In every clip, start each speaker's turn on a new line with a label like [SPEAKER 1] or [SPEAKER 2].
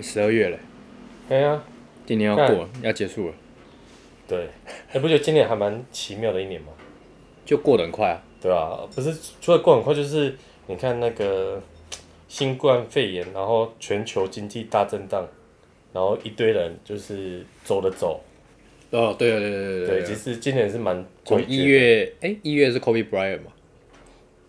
[SPEAKER 1] 十二月了，
[SPEAKER 2] 对啊，
[SPEAKER 1] 今年要
[SPEAKER 2] 干
[SPEAKER 1] 过了要结束了，
[SPEAKER 2] 对，你不觉得今年还蛮奇妙的一年吗？
[SPEAKER 1] 就过得很快啊。
[SPEAKER 2] 对啊，不是除了过很快，就是你看那个新冠肺炎，然后全球经济大震荡，然后一堆人就是走的走，
[SPEAKER 1] 哦，对对对
[SPEAKER 2] 对，
[SPEAKER 1] 对
[SPEAKER 2] 其
[SPEAKER 1] 对，
[SPEAKER 2] 实今年是蛮
[SPEAKER 1] 从
[SPEAKER 2] 诡谲
[SPEAKER 1] 一
[SPEAKER 2] 的
[SPEAKER 1] 月，哎，一月是 Kobe Bryant 嘛？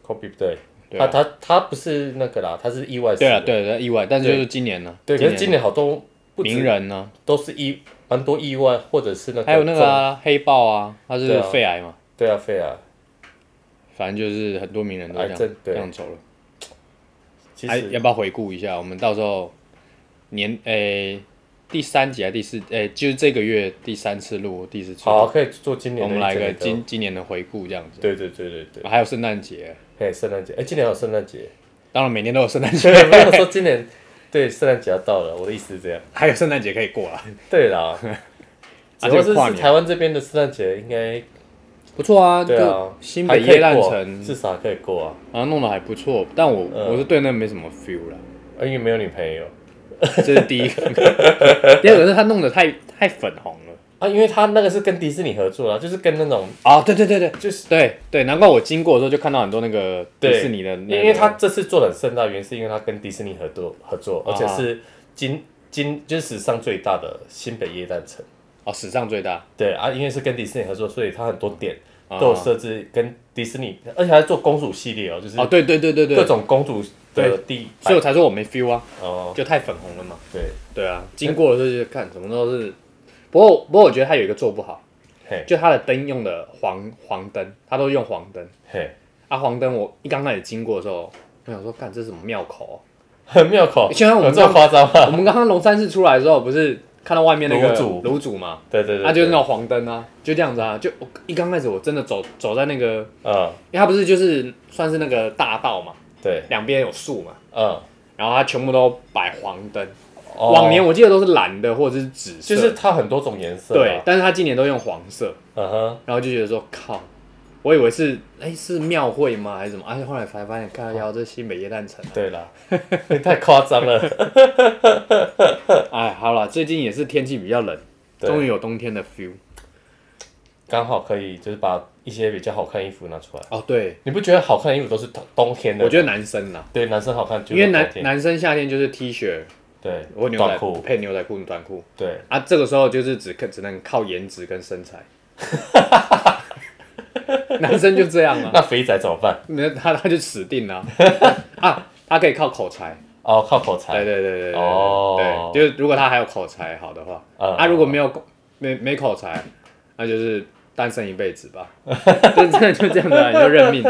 [SPEAKER 2] Kobe 对，
[SPEAKER 1] 对
[SPEAKER 2] 他
[SPEAKER 1] 啊
[SPEAKER 2] 他他不是那个啦，他是意外死
[SPEAKER 1] 对啊，
[SPEAKER 2] 的，
[SPEAKER 1] 对对，意外，但是
[SPEAKER 2] 对
[SPEAKER 1] 就是今年呢，
[SPEAKER 2] 对，可是今年好多不止
[SPEAKER 1] 名人呢，
[SPEAKER 2] 都是意蛮多意外，或者是那个
[SPEAKER 1] 还有那个
[SPEAKER 2] 中
[SPEAKER 1] 啊黑豹啊，他
[SPEAKER 2] 对
[SPEAKER 1] 是
[SPEAKER 2] 啊
[SPEAKER 1] 肺癌嘛，
[SPEAKER 2] 对啊肺啊，
[SPEAKER 1] 反正就是很多名人都这
[SPEAKER 2] 癌症
[SPEAKER 1] 样
[SPEAKER 2] 对
[SPEAKER 1] 这样走了。
[SPEAKER 2] 其
[SPEAKER 1] 还
[SPEAKER 2] 实
[SPEAKER 1] 要不要回顾一下？我们到时候年诶、第三集还是第四诶、就是这个月第三次录，第四次录
[SPEAKER 2] 好可以做今年
[SPEAKER 1] 我
[SPEAKER 2] 的
[SPEAKER 1] 们
[SPEAKER 2] 一
[SPEAKER 1] 来
[SPEAKER 2] 整
[SPEAKER 1] 个
[SPEAKER 2] 年的
[SPEAKER 1] 今今年的回顾这样子。
[SPEAKER 2] 对对对对对，
[SPEAKER 1] 还有圣诞节，
[SPEAKER 2] 嘿，圣诞节哎，今年还有圣诞 节。
[SPEAKER 1] 当然每年都有圣诞 节，
[SPEAKER 2] 对，没有说今年对圣诞节要到了，我的意思是这样。
[SPEAKER 1] 还有圣诞节可以过啦，
[SPEAKER 2] 对啦，只
[SPEAKER 1] 啊
[SPEAKER 2] 不
[SPEAKER 1] 嗯
[SPEAKER 2] 过
[SPEAKER 1] 就是跨
[SPEAKER 2] 是
[SPEAKER 1] 年
[SPEAKER 2] 台湾这边的圣诞节应该
[SPEAKER 1] 不错啊。
[SPEAKER 2] 对啊
[SPEAKER 1] 就，新北夜
[SPEAKER 2] 还可
[SPEAKER 1] 烂
[SPEAKER 2] 以过
[SPEAKER 1] 城，
[SPEAKER 2] 至少可以过啊，
[SPEAKER 1] 然后弄得还不错，但我、
[SPEAKER 2] 嗯
[SPEAKER 1] 我是对那没什么 feel 啦。
[SPEAKER 2] 啊因为没有女朋友
[SPEAKER 1] 这是第一 个，第二个是他弄得太太粉红了。
[SPEAKER 2] 啊，因为他那个是跟迪士尼合作啦，就是跟那种
[SPEAKER 1] 哦，对对对对
[SPEAKER 2] 就是
[SPEAKER 1] 对对，难怪我经过的时候就看到很多那个迪
[SPEAKER 2] 对
[SPEAKER 1] 士尼的那个，
[SPEAKER 2] 因为他这次做的很盛大，原因是因为他跟迪士尼合作合作，而且
[SPEAKER 1] 啊哈
[SPEAKER 2] 是今今就是史上最大的新北夜诞城。
[SPEAKER 1] 哦史上最大，
[SPEAKER 2] 对啊，因为是跟迪士尼合作，所以他很多点
[SPEAKER 1] 啊
[SPEAKER 2] 都有设置跟迪士尼，而且还做公主系列哦，就是
[SPEAKER 1] 哦，对对对对对，
[SPEAKER 2] 各种公主的
[SPEAKER 1] 对
[SPEAKER 2] 地
[SPEAKER 1] 所以
[SPEAKER 2] 板
[SPEAKER 1] 我才说我没 feel 啊，
[SPEAKER 2] 哦，
[SPEAKER 1] 就太粉红了嘛。
[SPEAKER 2] 对，
[SPEAKER 1] 对啊，经过的时候就是看什么都是，不过不过我觉得它有一个做不好，
[SPEAKER 2] 嘿
[SPEAKER 1] 就它的灯用的黄黄灯，它都用黄灯
[SPEAKER 2] 嘿，
[SPEAKER 1] 啊，黄灯我一刚开始经过的时候，我想说，看这是什么庙口、
[SPEAKER 2] 很庙口，
[SPEAKER 1] 现在我们
[SPEAKER 2] 有这么夸张
[SPEAKER 1] 哦？
[SPEAKER 2] 吗？
[SPEAKER 1] 我们刚刚龙山寺出来的时候，不是看到外面那个
[SPEAKER 2] 卤煮
[SPEAKER 1] 卤煮嘛，
[SPEAKER 2] 对对对，
[SPEAKER 1] 它、就是那
[SPEAKER 2] 种，
[SPEAKER 1] 种黄灯啊，就这样子啊，就我一刚开始我真的走走在那个，
[SPEAKER 2] 嗯，
[SPEAKER 1] 因为它不是就是算是那个大道嘛，
[SPEAKER 2] 对，
[SPEAKER 1] 两边有树嘛，
[SPEAKER 2] 嗯，
[SPEAKER 1] 然后它全部都摆黄灯。
[SPEAKER 2] 哦
[SPEAKER 1] 往年我记得都是蓝的或者是紫色，
[SPEAKER 2] 就是它很多种颜色，啊
[SPEAKER 1] 对，，但是他今年都用黄色，
[SPEAKER 2] 嗯哼，
[SPEAKER 1] 然后就觉得说靠，我以为是哎、是庙会吗还是什么，而、啊且后来才发现，看要这新北夜诞城，
[SPEAKER 2] 对啦，太夸张了，
[SPEAKER 1] 哎，好了，最近也是天气比较冷，
[SPEAKER 2] 对
[SPEAKER 1] 终于有冬天的 feel。
[SPEAKER 2] 刚好可以就是把一些比较好看的衣服拿出来，
[SPEAKER 1] 哦，对，
[SPEAKER 2] 你不觉得好看的衣服都是冬冬天的？
[SPEAKER 1] 我觉得
[SPEAKER 2] 得
[SPEAKER 1] 男生啦，
[SPEAKER 2] 对男生好看就
[SPEAKER 1] 因
[SPEAKER 2] 是
[SPEAKER 1] 为
[SPEAKER 2] 冬天，
[SPEAKER 1] 男男生夏天就是 T 恤
[SPEAKER 2] 对
[SPEAKER 1] 或牛仔
[SPEAKER 2] 短裤，
[SPEAKER 1] 配牛仔裤短裤
[SPEAKER 2] 对，
[SPEAKER 1] 啊，这个时候就是只看只能靠颜值跟身 材，男生就这样了、
[SPEAKER 2] 那肥仔怎么办？
[SPEAKER 1] 那他他就死定了啊，他可以靠口才。
[SPEAKER 2] 哦，靠口才
[SPEAKER 1] 对，对对对对对
[SPEAKER 2] 哦
[SPEAKER 1] 对，就是如果他还有口才好的话，
[SPEAKER 2] 嗯
[SPEAKER 1] 啊，如果没有口没没口才，那就是单身一辈子吧， 就真的就这样子啊，你就认命，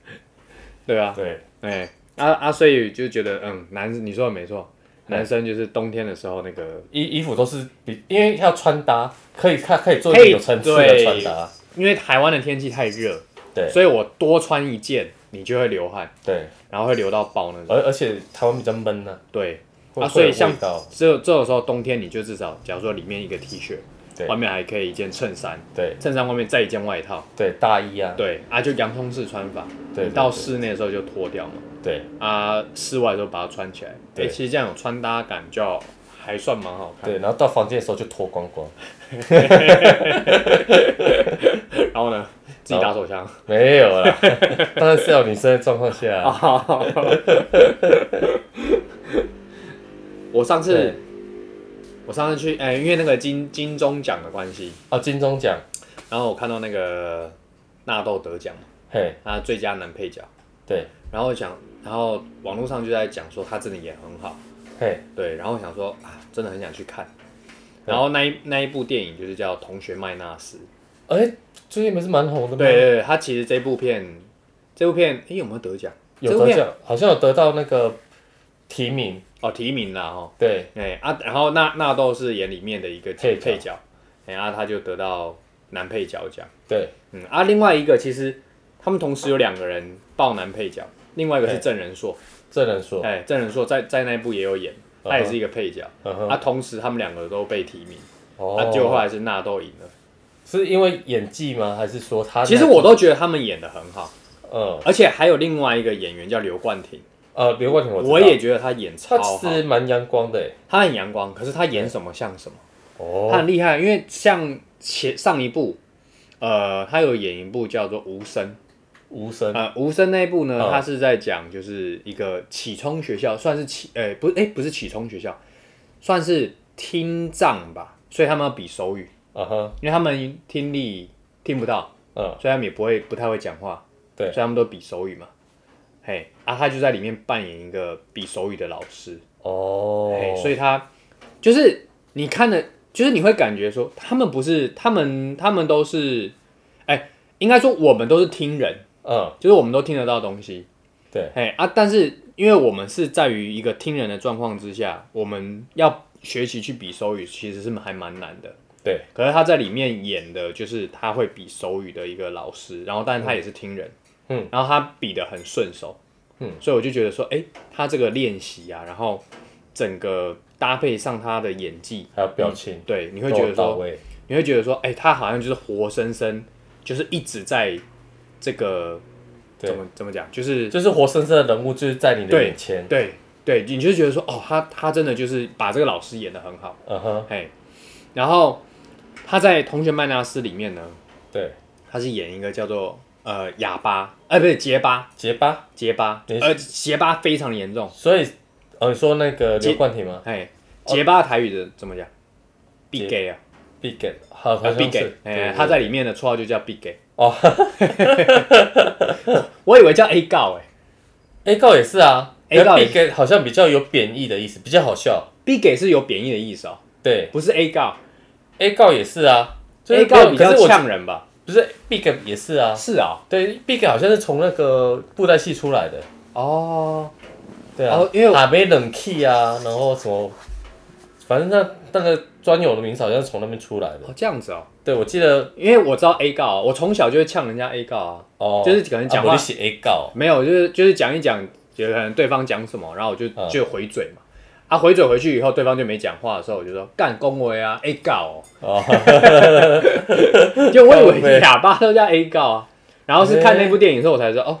[SPEAKER 1] 对啊，
[SPEAKER 2] 对，
[SPEAKER 1] 哎，啊啊，所以就觉得嗯，男你说的没错，
[SPEAKER 2] 嗯
[SPEAKER 1] 男生就是冬天的时候那个，
[SPEAKER 2] 衣衣服都是比，因为要穿搭，可以看可以做
[SPEAKER 1] 可以
[SPEAKER 2] 有层次的
[SPEAKER 1] 对
[SPEAKER 2] 穿搭，
[SPEAKER 1] 因为台湾的天气太热，
[SPEAKER 2] 对
[SPEAKER 1] 所以我多穿一件，你就会流汗，
[SPEAKER 2] 对，
[SPEAKER 1] 然后会流到爆那种，
[SPEAKER 2] 而而且台湾比较闷呢，
[SPEAKER 1] 对，
[SPEAKER 2] 会
[SPEAKER 1] 啊
[SPEAKER 2] 会
[SPEAKER 1] 所以
[SPEAKER 2] 有
[SPEAKER 1] 像
[SPEAKER 2] 味道
[SPEAKER 1] 只有这种时候冬天你就至少，假如说里面一个 T 恤，
[SPEAKER 2] 对
[SPEAKER 1] 外面还可以一件衬衫。
[SPEAKER 2] 对
[SPEAKER 1] 衬衫外面再一件外套，
[SPEAKER 2] 对大衣啊，
[SPEAKER 1] 对啊，就洋葱式穿法，
[SPEAKER 2] 对
[SPEAKER 1] 你
[SPEAKER 2] 对
[SPEAKER 1] 到
[SPEAKER 2] 对
[SPEAKER 1] 室内的时候就脱掉嘛，
[SPEAKER 2] 对
[SPEAKER 1] 啊，室外的时候把它穿起来，哎、
[SPEAKER 2] 对
[SPEAKER 1] 其实这样有穿搭感就还算蛮好看。
[SPEAKER 2] 对，然后到房间的时候就脱光光，
[SPEAKER 1] 然后呢，自己打手枪，
[SPEAKER 2] 没有啦， 当然是要有女生的状况下啊，
[SPEAKER 1] 我上次
[SPEAKER 2] 对
[SPEAKER 1] 我上次去，哎、因为那个金金钟奖的关系，
[SPEAKER 2] 啊金钟奖，
[SPEAKER 1] 然后我看到那个纳豆得奖嘛，
[SPEAKER 2] 嘿，
[SPEAKER 1] 他最佳男配角，
[SPEAKER 2] 对，
[SPEAKER 1] 然后讲，然后网络上就在讲说他真的演很好。
[SPEAKER 2] 嘿，
[SPEAKER 1] 对，然后我想说啊，真的很想去看。然后那一那一部电影就是叫《同学麦纳斯》，
[SPEAKER 2] 哎，最近不是蛮红的吗？
[SPEAKER 1] 对对，对，他其实这部片，这部片诶有没有得奖？
[SPEAKER 2] 有
[SPEAKER 1] 这部
[SPEAKER 2] 得
[SPEAKER 1] 片
[SPEAKER 2] 奖，好像有得到那个提名，
[SPEAKER 1] 哦，提名啦哦，
[SPEAKER 2] 对，
[SPEAKER 1] 哎啊，然后纳纳豆是演里面的一个
[SPEAKER 2] 配角
[SPEAKER 1] 配角，哎啊，他就得到男配角奖。
[SPEAKER 2] 对，
[SPEAKER 1] 嗯啊，另外一个其实他们同时有两个人报男配角，另外一个是
[SPEAKER 2] 对
[SPEAKER 1] 郑仁硕，
[SPEAKER 2] 郑人说，
[SPEAKER 1] 哎，郑仁硕在在那一部也有演，
[SPEAKER 2] 嗯
[SPEAKER 1] 他
[SPEAKER 2] 哼
[SPEAKER 1] 也是一个配角。
[SPEAKER 2] 嗯
[SPEAKER 1] 啊，
[SPEAKER 2] 哼，
[SPEAKER 1] 同时他们两个都被提名，啊，
[SPEAKER 2] 哦，
[SPEAKER 1] 结果后来是纳豆赢了。
[SPEAKER 2] 是因为演技吗？还是说他那？
[SPEAKER 1] 其实我都觉得他们演的很好，
[SPEAKER 2] 嗯
[SPEAKER 1] 而且还有另外一个演员叫刘冠廷，
[SPEAKER 2] 呃，刘冠廷我知道
[SPEAKER 1] 我也觉得他演超
[SPEAKER 2] 他
[SPEAKER 1] 好，
[SPEAKER 2] 是蛮阳光的欸，
[SPEAKER 1] 他很阳光，可是他演什么像什么。他
[SPEAKER 2] 哦，
[SPEAKER 1] 很厉害，因为像前上一部，呃，他有演一部叫做《无声》，
[SPEAKER 2] 无声
[SPEAKER 1] 呃，《无声》那一部呢，
[SPEAKER 2] 嗯
[SPEAKER 1] 他是在讲就是一个启聪学校，算是启，呃，不，哎，不是启聪学校，算是听障吧，所以他们要比手语，
[SPEAKER 2] 啊哈，
[SPEAKER 1] 因为他们听力听不到，
[SPEAKER 2] 嗯，
[SPEAKER 1] 所以他们也不会不太会讲话，
[SPEAKER 2] 对
[SPEAKER 1] 所以他们都比手语嘛。嘿，啊，他就在里面扮演一个比手语的老师，哎、
[SPEAKER 2] 哦，
[SPEAKER 1] 所
[SPEAKER 2] 以
[SPEAKER 1] 以他就是你看的，就是你会感觉说，他们不是他们，他们都是，哎、应该说我们都是听人，
[SPEAKER 2] 嗯，
[SPEAKER 1] 就是我们都听得到东西，
[SPEAKER 2] 对，
[SPEAKER 1] 哎、啊，但是因为我们是在于一个听人的状况之下，我们要学习去比手语，其实是还蛮难的。
[SPEAKER 2] 对，
[SPEAKER 1] 可是他在里面演的就是他会比手语的一个老师，然后但是他也是听人，
[SPEAKER 2] 嗯，
[SPEAKER 1] 然后他比的很顺手，
[SPEAKER 2] 嗯，
[SPEAKER 1] 所以我就觉得说，哎、他这个练习啊，然后整个搭配上他的演技，
[SPEAKER 2] 还有表情，
[SPEAKER 1] 对，嗯你
[SPEAKER 2] 你
[SPEAKER 1] 会觉得
[SPEAKER 2] 到
[SPEAKER 1] 说，
[SPEAKER 2] 位，
[SPEAKER 1] 你会觉得说，哎、他好像就是活生生，就是一直在这个
[SPEAKER 2] 对
[SPEAKER 1] 怎么怎么讲，就是
[SPEAKER 2] 就是活生生的人物，就是在你的
[SPEAKER 1] 对
[SPEAKER 2] 眼前，
[SPEAKER 1] 对对，你就觉得说，哦，他他真的就是把这个老师演的很好，
[SPEAKER 2] 嗯哼，
[SPEAKER 1] 哎，然后他在《同学麦纳斯》里面呢。
[SPEAKER 2] 对，
[SPEAKER 1] 他是演一个叫做呃哑巴，哎、不是结巴，
[SPEAKER 2] 结巴，
[SPEAKER 1] 结巴，
[SPEAKER 2] 你
[SPEAKER 1] 呃结巴非常严重，
[SPEAKER 2] 所以，哦，你说那个
[SPEAKER 1] 结
[SPEAKER 2] 刘冠廷吗
[SPEAKER 1] 哎，
[SPEAKER 2] 哦
[SPEAKER 1] 结巴台语的怎么讲？big gay 啊
[SPEAKER 2] ？Big Gay，好，好
[SPEAKER 1] 呃
[SPEAKER 2] 像
[SPEAKER 1] ，big
[SPEAKER 2] 是
[SPEAKER 1] gay，，哎，
[SPEAKER 2] 对
[SPEAKER 1] 他在里面的绰号就叫 big gay。
[SPEAKER 2] 哦，
[SPEAKER 1] 我以为叫 A 告哎
[SPEAKER 2] A 告也是啊
[SPEAKER 1] A 告也
[SPEAKER 2] ，Big Gay 好像比较有贬义的意思，比较好笑，
[SPEAKER 1] ，big gay 是有贬义的意思哦，
[SPEAKER 2] 对
[SPEAKER 1] 不是 A 告
[SPEAKER 2] ，A 告也是啊就是
[SPEAKER 1] ，A
[SPEAKER 2] 没
[SPEAKER 1] 告
[SPEAKER 2] 有
[SPEAKER 1] 比
[SPEAKER 2] 可
[SPEAKER 1] 较
[SPEAKER 2] 是我
[SPEAKER 1] 呛人吧？
[SPEAKER 2] 不是 Big Gay 也是啊，
[SPEAKER 1] 是啊，
[SPEAKER 2] 对，Big Gay 好像是从那个布袋戏出来的，
[SPEAKER 1] 哦，
[SPEAKER 2] 对啊，
[SPEAKER 1] 哦因为我
[SPEAKER 2] 塔梅冷气啊，然后什么，反正那那个专有的名词好像是从那边出来的。
[SPEAKER 1] 哦这样子哦，
[SPEAKER 2] 对，我记得
[SPEAKER 1] 因为我知道 A 告啊，我从小就会呛人家 A 告啊，
[SPEAKER 2] 哦，
[SPEAKER 1] 就是可能讲话
[SPEAKER 2] 啊不是写 A 告，
[SPEAKER 1] 没有，就是就是讲一讲，就可能对方讲什么，然后我就
[SPEAKER 2] 嗯
[SPEAKER 1] 就回嘴嘛。啊，回嘴回去以后，对方就没讲话的时候，我就说干恭维啊，A 告
[SPEAKER 2] 哦
[SPEAKER 1] 哦。 就我以
[SPEAKER 2] 靠背
[SPEAKER 1] 为哑巴都叫 A 告啊，然后是看
[SPEAKER 2] 欸
[SPEAKER 1] 那部电影之后，我才知道哦，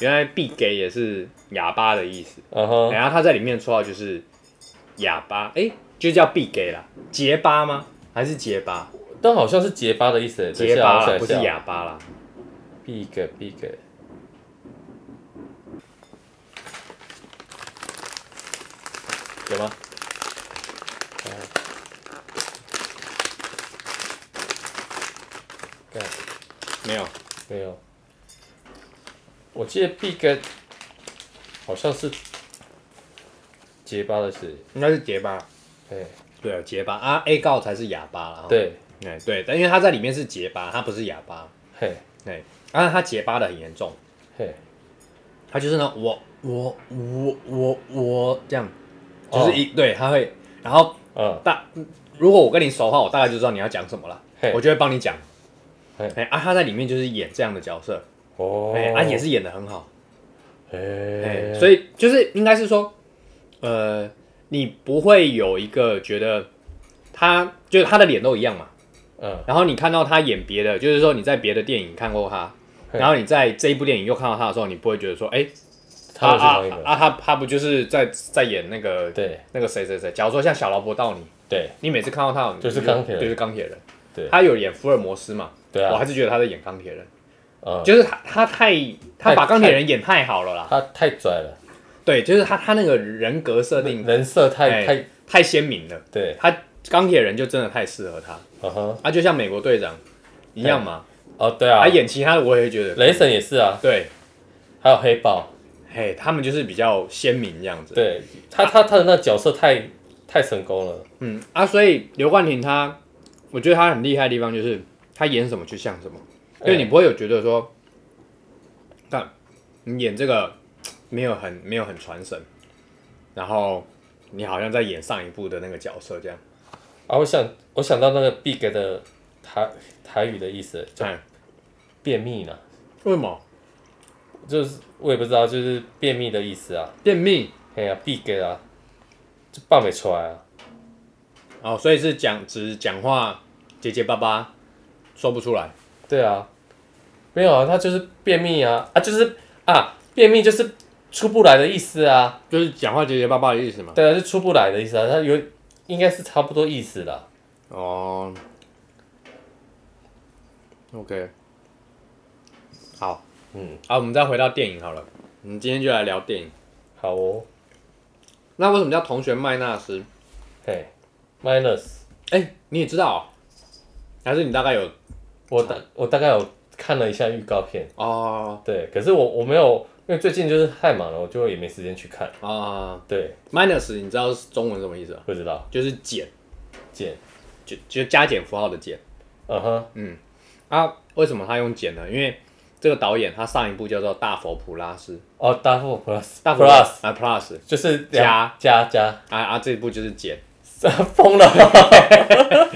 [SPEAKER 1] 原来 B 给也是哑巴的意思。
[SPEAKER 2] 嗯哼，
[SPEAKER 1] 然后他在里面说到就是哑巴，哎、就叫 B 给啦，结巴吗？还是结巴？
[SPEAKER 2] 但好像是结巴的意思，欸
[SPEAKER 1] 结巴啦，
[SPEAKER 2] 了，
[SPEAKER 1] 不是啊哑巴啦。
[SPEAKER 2] ，big big，有吗？
[SPEAKER 1] 嗯
[SPEAKER 2] 哦干
[SPEAKER 1] 没有，
[SPEAKER 2] 没有，我记得 big 好像是结巴的是，
[SPEAKER 1] 应该是结巴。
[SPEAKER 2] 对
[SPEAKER 1] 对啊，结巴啊，A 告才是哑巴啦。哦
[SPEAKER 2] 对，
[SPEAKER 1] 哎，对，但因为他在里面是结巴，他不是哑巴，
[SPEAKER 2] 嘿
[SPEAKER 1] 对，但是他结巴的很严重，
[SPEAKER 2] 嘿，
[SPEAKER 1] 他就是呢，我我我我我这样，就是一、对，他会，然后
[SPEAKER 2] 嗯
[SPEAKER 1] 大，如果我跟你熟的话，我大概就知道你要讲什么了
[SPEAKER 2] 嘿，
[SPEAKER 1] 我就会帮你讲。
[SPEAKER 2] 嘿
[SPEAKER 1] 哎啊，他在里面就是演这样的角色，
[SPEAKER 2] 哦，
[SPEAKER 1] 哎、啊也，是演的很好，哎、
[SPEAKER 2] 哎，
[SPEAKER 1] 所
[SPEAKER 2] 以
[SPEAKER 1] 以就是应该是说，呃，你不会有一个觉得他就是他的脸都一样嘛，
[SPEAKER 2] 嗯
[SPEAKER 1] 然后你看到他演别的，就是说你在别的电影看过他，
[SPEAKER 2] 嘿
[SPEAKER 1] 然后你在这一部电影又看到他的时候，你不会觉得说，哎，
[SPEAKER 2] 他们是
[SPEAKER 1] 啊
[SPEAKER 2] 同一
[SPEAKER 1] 啊
[SPEAKER 2] 个，
[SPEAKER 1] 啊，他他不就是在在演那个
[SPEAKER 2] 对
[SPEAKER 1] 那个谁谁谁？假如说像小劳勃道尼，
[SPEAKER 2] 对
[SPEAKER 1] 你每次看到他，你
[SPEAKER 2] 就是钢铁人
[SPEAKER 1] 就是钢铁人，
[SPEAKER 2] 对
[SPEAKER 1] 他有演福尔摩斯嘛？
[SPEAKER 2] 对啊，
[SPEAKER 1] 我还是觉得他在演钢铁人，
[SPEAKER 2] 嗯，
[SPEAKER 1] 就是他他太他
[SPEAKER 2] 太
[SPEAKER 1] 把钢铁人演太好了啦，
[SPEAKER 2] 他太拽了，
[SPEAKER 1] 对，就是他他那个人格设定
[SPEAKER 2] 人设太
[SPEAKER 1] 哎
[SPEAKER 2] 太
[SPEAKER 1] 太鲜明了，
[SPEAKER 2] 对，
[SPEAKER 1] 他钢铁人就真的太适合他，
[SPEAKER 2] 嗯哼，
[SPEAKER 1] 啊，就像美国队长一样嘛，
[SPEAKER 2] 哦对啊
[SPEAKER 1] 他，演其他的我也会觉得
[SPEAKER 2] 雷神也是啊，
[SPEAKER 1] 对。
[SPEAKER 2] 还有黑豹，
[SPEAKER 1] 嘿，他们就是比较鲜明这样子。，
[SPEAKER 2] 对他他他的那个角色太太成功了，
[SPEAKER 1] 嗯啊，所以刘冠廷他，我觉得他很厉害的地方就是他演什么就像什么，
[SPEAKER 2] 哎
[SPEAKER 1] 就你不会有觉得说，看你演这个没有很没有很传神，然后你好像在演上一部的那个角色这样。
[SPEAKER 2] 啊，我想我想到那个 big 的台台语的意思叫
[SPEAKER 1] 哎，
[SPEAKER 2] 便秘呢，
[SPEAKER 1] 为什么
[SPEAKER 2] 就是我也不知道，就是便秘的意思啊，
[SPEAKER 1] 便秘？
[SPEAKER 2] 哎呀 big 啊，就爆没出来啊，
[SPEAKER 1] 哦，所以是讲只讲话结结巴巴，说不出来。
[SPEAKER 2] 对啊，没有啊，他就是便秘啊啊就是啊便秘就是出不来的意思啊，
[SPEAKER 1] 就是讲话结结巴巴的意思嘛。
[SPEAKER 2] 对啊，是出不来的意思啊，它有应该是差不多意思啦。
[SPEAKER 1] 哦，OK，好，
[SPEAKER 2] 嗯，
[SPEAKER 1] 啊，我们再回到电影好了，我们今天就来聊电影。
[SPEAKER 2] 好哦，
[SPEAKER 1] 那为什么叫同学麦纳斯？
[SPEAKER 2] 嘿，minus，
[SPEAKER 1] 哎、你也知道哦、还是你大概有
[SPEAKER 2] 我大我大概有看了一下预告片，
[SPEAKER 1] 哦
[SPEAKER 2] 对，可是我我没有，因为最近就是太忙了，我就也没时间去看。
[SPEAKER 1] 啊、哦
[SPEAKER 2] 对，
[SPEAKER 1] minus，你知道中文什么意思吗？
[SPEAKER 2] 不知道，
[SPEAKER 1] 就是减，
[SPEAKER 2] 见，
[SPEAKER 1] 就就加减符号的减
[SPEAKER 2] 嗯哼，
[SPEAKER 1] 啊。为什么他用减呢？因为这个导演他上一部叫做《大佛普拉斯》，
[SPEAKER 2] 哦，大富 plus，
[SPEAKER 1] 大佛
[SPEAKER 2] plus
[SPEAKER 1] 啊 plus
[SPEAKER 2] 就是两加加
[SPEAKER 1] 啊啊，这一部就是减。
[SPEAKER 2] 加， 疯了，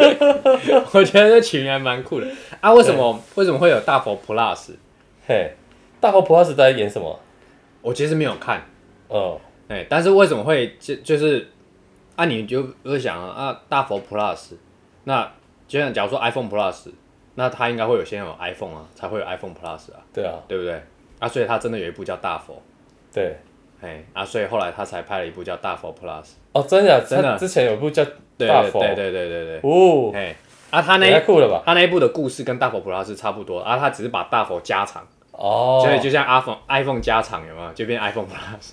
[SPEAKER 1] 我觉得这取名还蛮酷的啊。为什么为什么会有大佛 Plus？
[SPEAKER 2] 嘿，大佛 plus 在演什么？
[SPEAKER 1] 我其实没有看，
[SPEAKER 2] 哦，
[SPEAKER 1] 哎、但是为什么会就就是啊？你就会想啊啊，大佛 Plus，那就像假如说 iPhone Plus，那它应该会有先有 iPhone 啊，才会有 iPhone Plus 啊，
[SPEAKER 2] 对啊，
[SPEAKER 1] 对不对？啊，所以它真的有一部叫大佛，
[SPEAKER 2] 对，
[SPEAKER 1] 哎、啊，所以后来他才拍了一部叫大佛 Plus，
[SPEAKER 2] 哦，真的啊，
[SPEAKER 1] 真的
[SPEAKER 2] 他之前有部叫
[SPEAKER 1] 对
[SPEAKER 2] 大
[SPEAKER 1] 对
[SPEAKER 2] 佛，
[SPEAKER 1] 对对对对对，
[SPEAKER 2] 哦，
[SPEAKER 1] 哎、啊，他那
[SPEAKER 2] 也太
[SPEAKER 1] 一
[SPEAKER 2] 酷了吧？
[SPEAKER 1] 他那一部的故事跟大佛 Plus 差不多，啊，他只是把大佛加长。
[SPEAKER 2] 哦，
[SPEAKER 1] 所以就像 iPhone iPhone 加长有没有，就变 iPhone Plus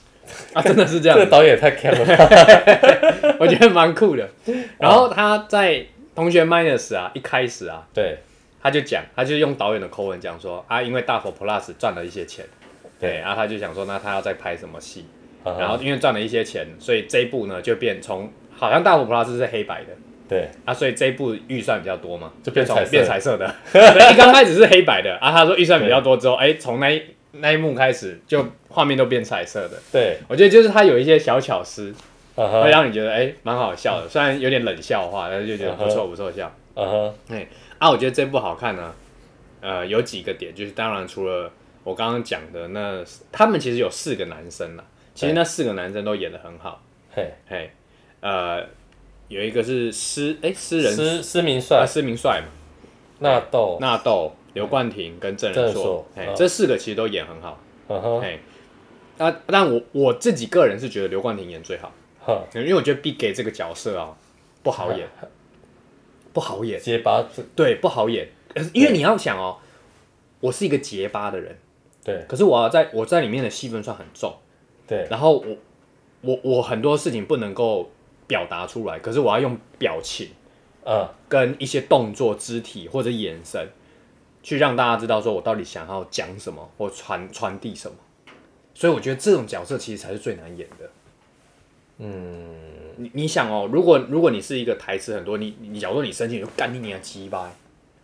[SPEAKER 1] 啊， 真的是这
[SPEAKER 2] 这
[SPEAKER 1] 样
[SPEAKER 2] 个
[SPEAKER 1] 子，
[SPEAKER 2] 导演也太 c 了吧，
[SPEAKER 1] 我觉得蛮酷的。然后他在同学 Minus 啊，一开始啊，
[SPEAKER 2] 对，
[SPEAKER 1] 他就讲，他就用导演的口吻讲说啊，因为大佛 Plus 赚了一些钱，
[SPEAKER 2] 对
[SPEAKER 1] 对，然后他就想说，那他要再拍什么戏？
[SPEAKER 2] 嗯哼
[SPEAKER 1] 然后因为赚了一些钱，所以这一部呢就变从好像大佛 Plus 是黑白的。
[SPEAKER 2] 对，
[SPEAKER 1] 啊，所以这一部预算比较多嘛，
[SPEAKER 2] 就变
[SPEAKER 1] 从
[SPEAKER 2] 彩色
[SPEAKER 1] 变彩色 的。对一刚开始是黑白的啊，他说预算比较多之后，哎，从那一那一幕开始就画面都变彩色的。
[SPEAKER 2] 对，
[SPEAKER 1] 我觉得就是他有一些小巧思，
[SPEAKER 2] 嗯
[SPEAKER 1] 会
[SPEAKER 2] 哼，
[SPEAKER 1] 让你觉得哎蛮、好笑的，虽然有点冷笑话，但是就觉得不错不错笑。
[SPEAKER 2] 嗯哼，
[SPEAKER 1] 哎、啊，我觉得这部好看呢、呃，有几个点，就是当然除了我刚刚讲的那，他们其实有四个男生啦，其实那四个男生都演得很好。
[SPEAKER 2] 嘿，
[SPEAKER 1] 嘿，呃，有一个是施哎施仁
[SPEAKER 2] 施施明
[SPEAKER 1] 啊
[SPEAKER 2] 帅、
[SPEAKER 1] 施明帅嘛，
[SPEAKER 2] 纳豆，
[SPEAKER 1] 纳豆、刘冠廷跟郑
[SPEAKER 2] 嗯郑
[SPEAKER 1] 仁
[SPEAKER 2] 仁
[SPEAKER 1] 硕
[SPEAKER 2] 硕，
[SPEAKER 1] 哎、
[SPEAKER 2] 嗯
[SPEAKER 1] 这四个其实都演很好。
[SPEAKER 2] 嗯哼，
[SPEAKER 1] 哎、啊，但我我自己个人是觉得刘冠廷演最好。
[SPEAKER 2] 哼，
[SPEAKER 1] 因为我觉得 Big 给这个角色啊不好 演，不好演，
[SPEAKER 2] 结巴这，
[SPEAKER 1] 对，不好演。可是因为你要想哦，我是一个结巴的人，
[SPEAKER 2] 对
[SPEAKER 1] 可是我要在我在里面的戏份算很重，
[SPEAKER 2] 对，
[SPEAKER 1] 然后我我我很多事情不能够表达出来，可是我要用表情
[SPEAKER 2] 嗯，
[SPEAKER 1] 跟一些动作、肢体或者眼神，去让大家知道说我到底想要讲什么或传传递什么。所以我觉得这种角色其实才是最难演的。嗯，你你想哦，如果如果你是一个台词很多，你你你假如说你生气，你就干你娘鸡巴，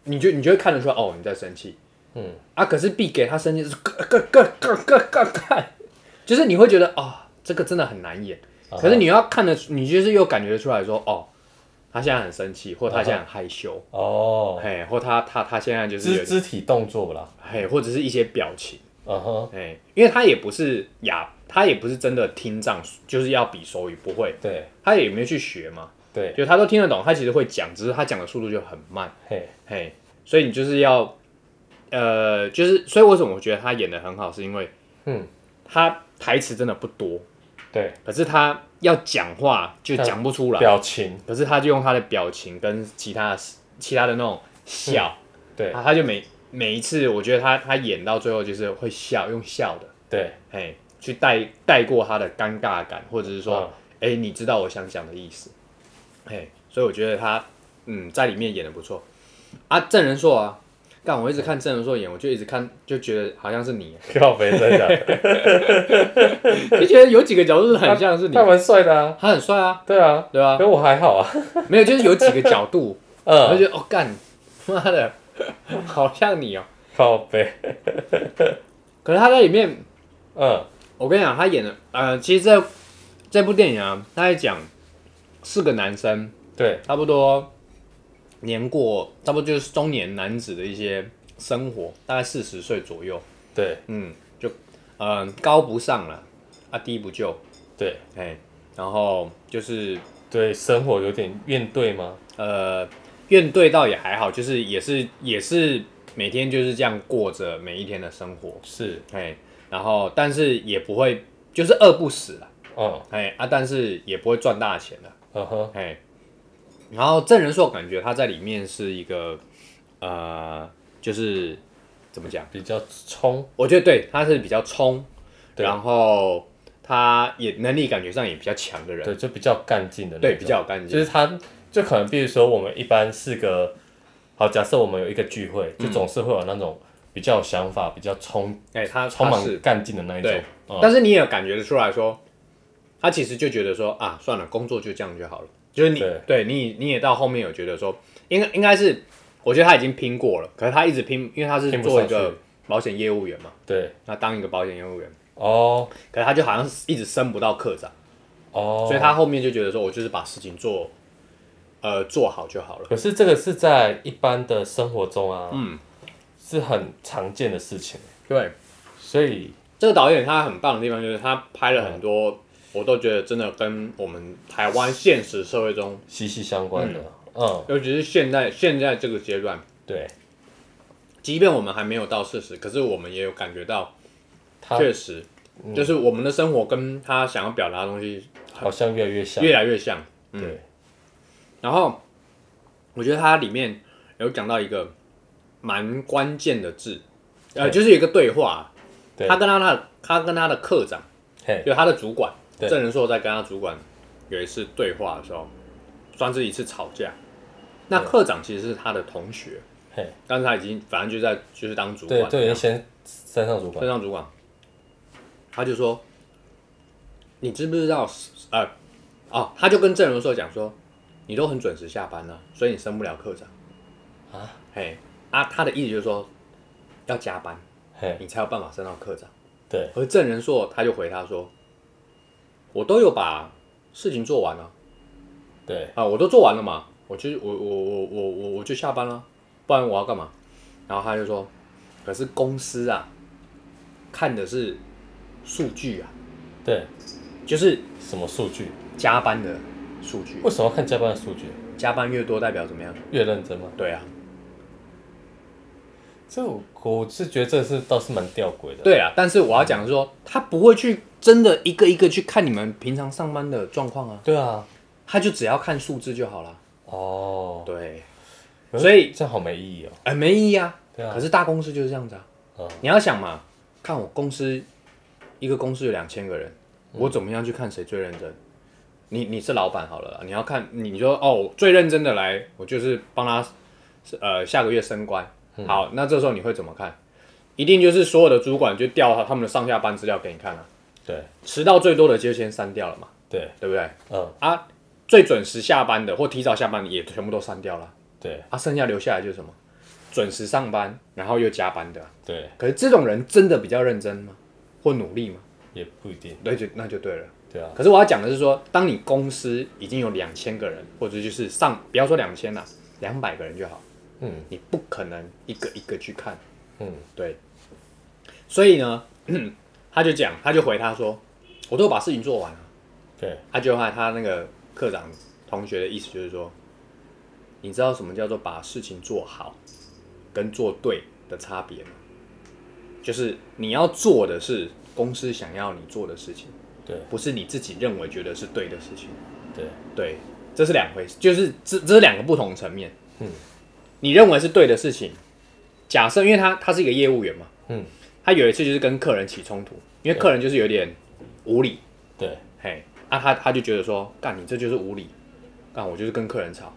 [SPEAKER 1] 你就你就会看得出来哦你在生气。
[SPEAKER 2] 嗯
[SPEAKER 1] 啊，可是 B 给他生气是干干干干干干干，就是你会觉得啊、这个真的很难演。
[SPEAKER 2] 啊哈
[SPEAKER 1] 可是你要看得出，你就是又感觉出来说哦，他现在很生气，或他现在很害羞。
[SPEAKER 2] 哦，
[SPEAKER 1] 嘿，或他他他现在就是有
[SPEAKER 2] 肢肢体动作啦，
[SPEAKER 1] 嘿，或者是一些表情，
[SPEAKER 2] 嗯哼，
[SPEAKER 1] 嘿，因为他也不是哑，他也不是真的听障，就是要比手语不会，
[SPEAKER 2] 对
[SPEAKER 1] 他也没有去学嘛，
[SPEAKER 2] 对，
[SPEAKER 1] 就他都听得懂，他其实会讲，只是他讲的速度就很慢，
[SPEAKER 2] 嘿，
[SPEAKER 1] 嘿，所以你就是要，呃，就是所以为什么我觉得他演的很好，是因为
[SPEAKER 2] 嗯，
[SPEAKER 1] 他台词真的不多，
[SPEAKER 2] 对，
[SPEAKER 1] 可是他要讲话就讲不出来，
[SPEAKER 2] 表情，
[SPEAKER 1] 可是他就用他的表情跟其他的其他的那种笑。
[SPEAKER 2] 对
[SPEAKER 1] 啊，他就每每一次，我觉得他他演到最后就是会笑，用笑的，
[SPEAKER 2] 对，
[SPEAKER 1] 嘿，去带带过他的尴尬感，或者是
[SPEAKER 2] 嗯
[SPEAKER 1] 说，哎、你知道我想讲的意思，嘿，所以我觉得他嗯在里面演的不错啊。郑仁硕啊，干我一直看郑仁硕演，我就一直看就觉得好像是你，啊
[SPEAKER 2] 靠北真的，
[SPEAKER 1] 就觉得有几个角度是很像是 你
[SPEAKER 2] 他，蛮帅的啊，
[SPEAKER 1] 他很帅啊，
[SPEAKER 2] 对啊，
[SPEAKER 1] 对吧、
[SPEAKER 2] 可我还好啊，
[SPEAKER 1] 没有，就是有几个角度，我就
[SPEAKER 2] 嗯，
[SPEAKER 1] 觉得哦干，妈的， 好像你哦。
[SPEAKER 2] 靠北，
[SPEAKER 1] 可是他在里面
[SPEAKER 2] 嗯，
[SPEAKER 1] 我跟你讲，他演的，呃，其实这这部电影啊，他在讲四个男生，
[SPEAKER 2] 对，
[SPEAKER 1] 差不多年过，差不多就是中年男子的一些生活，大概四十岁左右，
[SPEAKER 2] 对
[SPEAKER 1] 嗯，就嗯、呃高不上了，啊低不就，
[SPEAKER 2] 对
[SPEAKER 1] 哎，然后就是
[SPEAKER 2] 对，生活有点怨怼吗？
[SPEAKER 1] 呃怨对倒也还好，就是也是也是每天就是这样过着每一天的生活，
[SPEAKER 2] 是，
[SPEAKER 1] 哎，然后但是也不会就是饿不死了，
[SPEAKER 2] 嗯
[SPEAKER 1] 哎啊，但是也不会赚大钱了，
[SPEAKER 2] 嗯哼，
[SPEAKER 1] 哎。然后郑仁硕感觉他在里面是一个，呃，就是怎么讲？
[SPEAKER 2] 比较冲，
[SPEAKER 1] 我觉得对，他是比较冲，
[SPEAKER 2] 对
[SPEAKER 1] 然后他也能力感觉上也比较强的人，
[SPEAKER 2] 对，就比较干净的那
[SPEAKER 1] 对，
[SPEAKER 2] 种，
[SPEAKER 1] 比较有干
[SPEAKER 2] 就
[SPEAKER 1] 净，
[SPEAKER 2] 是他，就可能比如说我们一般四个，好，假设我们有一个聚会，就总是会有那种比较有想法、比较冲、
[SPEAKER 1] 哎，他
[SPEAKER 2] 充
[SPEAKER 1] 他
[SPEAKER 2] 满
[SPEAKER 1] 是，
[SPEAKER 2] 干劲的那一种
[SPEAKER 1] 对，
[SPEAKER 2] 嗯
[SPEAKER 1] 但是你也感觉得出来说，他其实就觉得说啊，算了，工作就这样就好了，就是你
[SPEAKER 2] 对
[SPEAKER 1] 对你你也到后面有觉得说，应该应该是，我觉得他已经拼过了，可是他一直拼，因为他是
[SPEAKER 2] 拼不
[SPEAKER 1] 做一
[SPEAKER 2] 上
[SPEAKER 1] 个
[SPEAKER 2] 去
[SPEAKER 1] 保险业务员嘛，
[SPEAKER 2] 对，
[SPEAKER 1] 那当一个保险业务员，
[SPEAKER 2] 哦
[SPEAKER 1] 可是他就好像一直升不到科长，
[SPEAKER 2] 哦，
[SPEAKER 1] 所以他后面就觉得说我就是把事情做，呃，做好就好了。
[SPEAKER 2] 可是这个是在一般的生活中啊，
[SPEAKER 1] 嗯，
[SPEAKER 2] 是很常见的事情，
[SPEAKER 1] 对，
[SPEAKER 2] 所以
[SPEAKER 1] 这个导演他很棒的地方就是他拍了很多，
[SPEAKER 2] 哦
[SPEAKER 1] 我都觉得真的跟我们台湾现实社会中，
[SPEAKER 2] 息息相关的，嗯，
[SPEAKER 1] 尤其是现在现在这个阶段，
[SPEAKER 2] 对，
[SPEAKER 1] 即便我们还没有到四十，可是我们也有感觉到，
[SPEAKER 2] 他
[SPEAKER 1] 确实、
[SPEAKER 2] 嗯
[SPEAKER 1] 就是我们的生活跟他想要表达的东西
[SPEAKER 2] 好像越来越像，
[SPEAKER 1] 越来越像。嗯
[SPEAKER 2] 对，
[SPEAKER 1] 然后我觉得它里面有讲到一个蛮关键的字，呃，
[SPEAKER 2] 对
[SPEAKER 1] 就是有一个对话，啊
[SPEAKER 2] 对
[SPEAKER 1] 他跟他的他跟他的课长，
[SPEAKER 2] 嘿，
[SPEAKER 1] 就他的主管
[SPEAKER 2] 对
[SPEAKER 1] 郑仁硕在跟他主管有一次对话的时候，算是一次吵架。那
[SPEAKER 2] 对
[SPEAKER 1] 课长其实是他的同学，
[SPEAKER 2] 嘿，
[SPEAKER 1] 但是他已经反正就在就是当主管
[SPEAKER 2] 对，
[SPEAKER 1] 了，
[SPEAKER 2] 对，先山上主管
[SPEAKER 1] 村，上主管，他就说：“你知不知道？呃，哦，他就跟郑荣硕讲说，你都很准时下班了，所以你升不了科长
[SPEAKER 2] 啊。
[SPEAKER 1] 嘿，啊，他的意思就是说要加班，
[SPEAKER 2] 嘿，
[SPEAKER 1] 你才有办法升到科长。
[SPEAKER 2] 对，
[SPEAKER 1] 而郑仁硕他就回他说，我都有把事情做完了
[SPEAKER 2] 对，
[SPEAKER 1] 啊，我都做完了嘛，我就我我我我我我就下班了，不然我要干嘛？然后他就说，可是公司啊，看的是数据啊。
[SPEAKER 2] 对，
[SPEAKER 1] 就是
[SPEAKER 2] 什么数据？
[SPEAKER 1] 加班的数据，
[SPEAKER 2] 为什么要看加班的数据？
[SPEAKER 1] 加班越多代表怎么样？
[SPEAKER 2] 越认真吗？
[SPEAKER 1] 对啊，
[SPEAKER 2] 这我我是觉得这是倒是蛮吊诡的。，
[SPEAKER 1] 对啊。但是我要讲的是说，他不会去真的一个一个去看你们平常上班的状况啊，
[SPEAKER 2] 对啊，
[SPEAKER 1] 他就只要看数字就好了。
[SPEAKER 2] 哦，
[SPEAKER 1] 对，所以
[SPEAKER 2] 这样好没意义哦。
[SPEAKER 1] 哎、没意义啊。
[SPEAKER 2] 对啊
[SPEAKER 1] 可是大公司就是这样子啊。
[SPEAKER 2] 嗯
[SPEAKER 1] 你要想嘛，看我公司一个公司有两千个人，
[SPEAKER 2] 嗯
[SPEAKER 1] 我怎么样去看谁最认真？你你是老板好了啦，你要看你说哦，最认真的来，我就是帮他呃下个月升官。
[SPEAKER 2] 嗯
[SPEAKER 1] 好，那这时候你会怎么看？一定就是所有的主管就调他他们的上下班资料给你看啊，
[SPEAKER 2] 对
[SPEAKER 1] 迟到最多的就先删掉了嘛，
[SPEAKER 2] 对，
[SPEAKER 1] 对不对？
[SPEAKER 2] 嗯，
[SPEAKER 1] 啊，最准时下班的或提早下班的也全部都删掉了。
[SPEAKER 2] 对
[SPEAKER 1] 啊，剩下留下来就是什么？准时上班，然后又加班的啊。
[SPEAKER 2] 对，
[SPEAKER 1] 可是这种人真的比较认真吗？或努力吗？
[SPEAKER 2] 也不一定。
[SPEAKER 1] 对，就那就对了。
[SPEAKER 2] 对啊，
[SPEAKER 1] 可是我要讲的是说，当你公司已经有两千个人，或者就是上不要说两千啦，两百个人就好，
[SPEAKER 2] 嗯
[SPEAKER 1] 你不可能一个一个去看。
[SPEAKER 2] 嗯，
[SPEAKER 1] 对，所以呢， 他就讲，他就回他说，我都把事情做完了。
[SPEAKER 2] 对，
[SPEAKER 1] 他啊就害他那个课长同学的意思就是说，你知道什么叫做把事情做好跟做对的差别吗？就是你要做的是公司想要你做的事情，
[SPEAKER 2] 对
[SPEAKER 1] 不是你自己认为觉得是对的事情。
[SPEAKER 2] 对
[SPEAKER 1] 对，这是两回事，就是这这是两个不同层面。
[SPEAKER 2] 嗯，
[SPEAKER 1] 你认为是对的事情，假设因为他他是一个业务员嘛，
[SPEAKER 2] 嗯，
[SPEAKER 1] 他有一次就是跟客人起冲突，因为客人就是有点无理，
[SPEAKER 2] 对
[SPEAKER 1] 嘿，啊他他就觉得说，干你这就是无理，干我就是跟客人吵。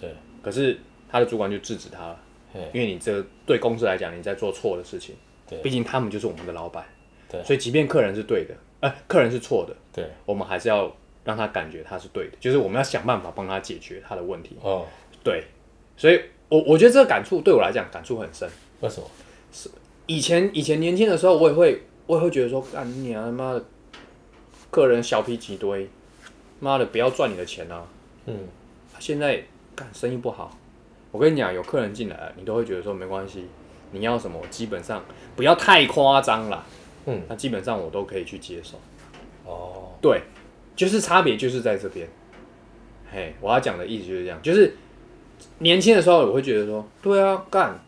[SPEAKER 2] 对，
[SPEAKER 1] 可是他的主管就制止他了，
[SPEAKER 2] 嘿，
[SPEAKER 1] 因为你这对公司来讲你在做错的事情，
[SPEAKER 2] 对
[SPEAKER 1] 毕竟他们就是我们的老板，
[SPEAKER 2] 对
[SPEAKER 1] 所以即便客人是对的，呃，客人是错的，
[SPEAKER 2] 对，
[SPEAKER 1] 我们还是要让他感觉他是对的，就是我们要想办法帮他解决他的问题。
[SPEAKER 2] 哦，
[SPEAKER 1] 对，所以我我觉得这个感触对我来讲感触很深。
[SPEAKER 2] 为什么？
[SPEAKER 1] 以前以前年轻的时候，我也会我也会觉得说，干你娘他妈的，客人小脾气堆，妈的不要赚你的钱啊！
[SPEAKER 2] 嗯，
[SPEAKER 1] 现在干生意不好，我跟你讲，有客人进来，你都会觉得说没关系，你要什么，我基本上不要太夸张啦。
[SPEAKER 2] 嗯，
[SPEAKER 1] 那基本上我都可以去接受。
[SPEAKER 2] 哦，
[SPEAKER 1] 对，就是差别就是在这边。嘿，我要讲的意思就是这样，就是年轻的时候我会觉得说，对啊，干，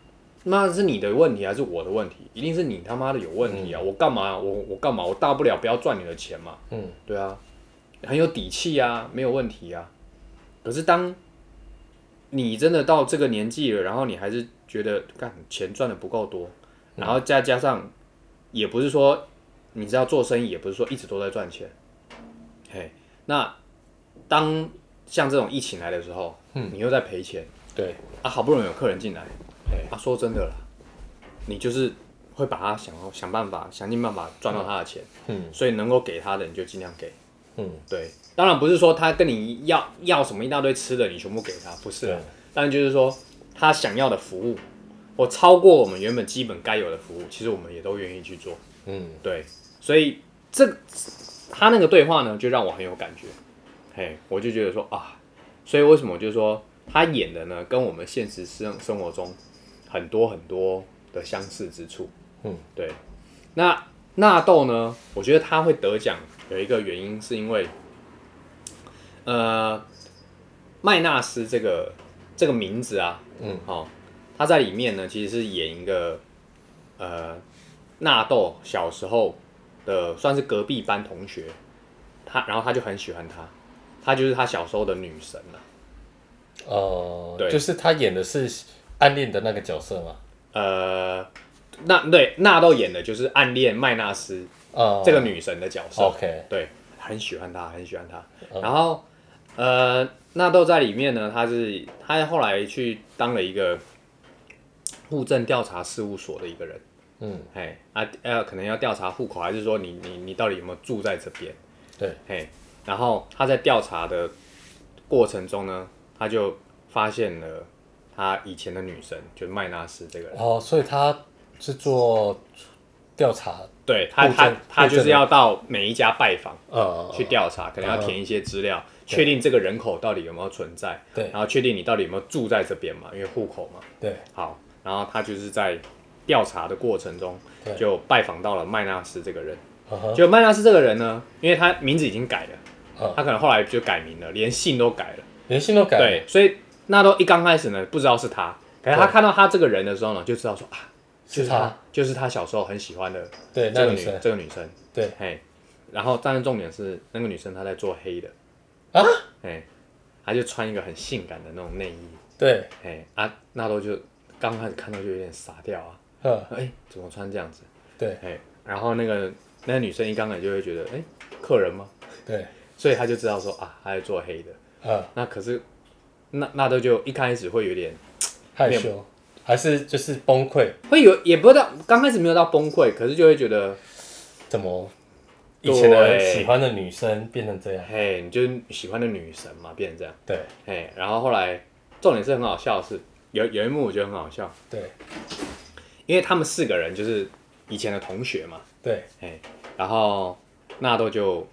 [SPEAKER 1] 那是你的问题还是我的问题？一定是你他妈的有问题啊！我干嘛？我我干嘛？我大不了不要赚你的钱嘛。
[SPEAKER 2] 嗯，
[SPEAKER 1] 对啊，很有底气啊，没有问题啊。可是当你真的到这个年纪了，然后你还是觉得干钱赚的不够多，
[SPEAKER 2] 嗯
[SPEAKER 1] 然后再加上也不是说你知道做生意也不是说一直都在赚钱，嘿，那当像这种疫情来的时候，嗯，你又在赔钱
[SPEAKER 2] 对，
[SPEAKER 1] 啊，好不容易有客人进来。
[SPEAKER 2] 哎，
[SPEAKER 1] 啊，说真的啦，你就是会把他想要想办法，想尽办法赚到他的钱，
[SPEAKER 2] 嗯
[SPEAKER 1] 所以能够给他的你就尽量给。
[SPEAKER 2] 嗯，
[SPEAKER 1] 对，当然不是说他跟你要要什么一大堆吃的，你全部给他，不是啊
[SPEAKER 2] 对。
[SPEAKER 1] 当然就是说他想要的服务，我超过我们原本基本该有的服务，其实我们也都愿意去做。
[SPEAKER 2] 嗯，
[SPEAKER 1] 对，所以这他那个对话呢，就让我很有感觉，嘿，我就觉得说啊，所以为什么就是说他演的呢，跟我们现实生生活中很多很多的相似之处，
[SPEAKER 2] 嗯，
[SPEAKER 1] 对。那纳豆呢，我觉得他会得奖有一个原因是因为，呃，麦纳斯这个这个名字啊，
[SPEAKER 2] 嗯，
[SPEAKER 1] 好、他在里面呢其实是演一个呃纳豆小时候的算是隔壁班同学，他然后他就很喜欢她，她就是他小时候的女神啊了、
[SPEAKER 2] 哦、
[SPEAKER 1] 对
[SPEAKER 2] 就是他演的是暗恋的那个角色嘛，
[SPEAKER 1] 呃，那对纳豆演的就是暗恋麦纳斯
[SPEAKER 2] 哦、
[SPEAKER 1] 这个女神的角色，
[SPEAKER 2] ，OK，
[SPEAKER 1] 对，很喜欢她，很喜欢
[SPEAKER 2] 哦
[SPEAKER 1] 她。然后呃，纳豆在里面呢，他是他后来去当了一个户政调查事务所的一个人。
[SPEAKER 2] 嗯，
[SPEAKER 1] 哎啊呃，可能要调查户口，还是说你你你到底有没有住在这边？
[SPEAKER 2] 对，
[SPEAKER 1] 嘿，然后他在调查的过程中呢，他就发现了他以前的女神，就是麦纳斯这个人。
[SPEAKER 2] 哦，所以他是做调查，
[SPEAKER 1] 对他，
[SPEAKER 2] 户
[SPEAKER 1] 他
[SPEAKER 2] 政
[SPEAKER 1] 他
[SPEAKER 2] 户
[SPEAKER 1] 就
[SPEAKER 2] 政
[SPEAKER 1] 是
[SPEAKER 2] 的
[SPEAKER 1] 要到每一家拜访
[SPEAKER 2] 呃，
[SPEAKER 1] 去调查，可能要填一些资
[SPEAKER 2] 哦
[SPEAKER 1] 料，确定这个人口到底有没有存在，
[SPEAKER 2] 对
[SPEAKER 1] 然后确定你到底有没有住在这边嘛，因为户口嘛。
[SPEAKER 2] 对，
[SPEAKER 1] 好，然后他就是在调查的过程中
[SPEAKER 2] 对
[SPEAKER 1] 就拜访到了麦纳斯这个人。
[SPEAKER 2] 嗯哼，
[SPEAKER 1] 就麦纳斯这个人呢，因为他名字已经改了
[SPEAKER 2] 嗯，
[SPEAKER 1] 他可能后来就改名了，连姓都改了。
[SPEAKER 2] 连信都改，
[SPEAKER 1] 对，，所以纳豆一刚开始呢，不知道是他，可是他
[SPEAKER 2] 对
[SPEAKER 1] 看到他这个人的时候呢，就知道说啊，就是
[SPEAKER 2] 他，
[SPEAKER 1] 就是他小时候很喜欢的
[SPEAKER 2] 对，
[SPEAKER 1] 这
[SPEAKER 2] 那
[SPEAKER 1] 个
[SPEAKER 2] 女
[SPEAKER 1] 女
[SPEAKER 2] 生，
[SPEAKER 1] 这个女生。
[SPEAKER 2] 对，
[SPEAKER 1] 嘿，然后但是重点是那个女生她在做黑的，
[SPEAKER 2] 啊，
[SPEAKER 1] 嘿，她就穿一个很性感的那种内衣，
[SPEAKER 2] 对，
[SPEAKER 1] 嘿，啊，纳豆就刚开始看到就有点傻掉啊，
[SPEAKER 2] 嗯，
[SPEAKER 1] 哎，怎么穿这样子？
[SPEAKER 2] 对，
[SPEAKER 1] 嘿，然后那个那个女生一刚来就会觉得，哎，客人吗？
[SPEAKER 2] 对，
[SPEAKER 1] 所以他就知道说啊，他在做黑的。
[SPEAKER 2] 嗯，
[SPEAKER 1] 那可是纳纳豆就一开始会有点，
[SPEAKER 2] 害
[SPEAKER 1] 面
[SPEAKER 2] 羞，还是就是崩溃，
[SPEAKER 1] 会有也不知道刚开始没有到崩溃，可是就会觉得，
[SPEAKER 2] 怎么以前的
[SPEAKER 1] 对
[SPEAKER 2] 喜欢的女生变成这样？
[SPEAKER 1] 嘿，你就是喜欢的女神嘛，变成这样，
[SPEAKER 2] 对，
[SPEAKER 1] 嘿。然后后来重点是很好笑的是，有有一幕我觉得很好笑，
[SPEAKER 2] 对，
[SPEAKER 1] 因为他们四个人就是以前的同学嘛，
[SPEAKER 2] 对，
[SPEAKER 1] 嘿，然后纳豆就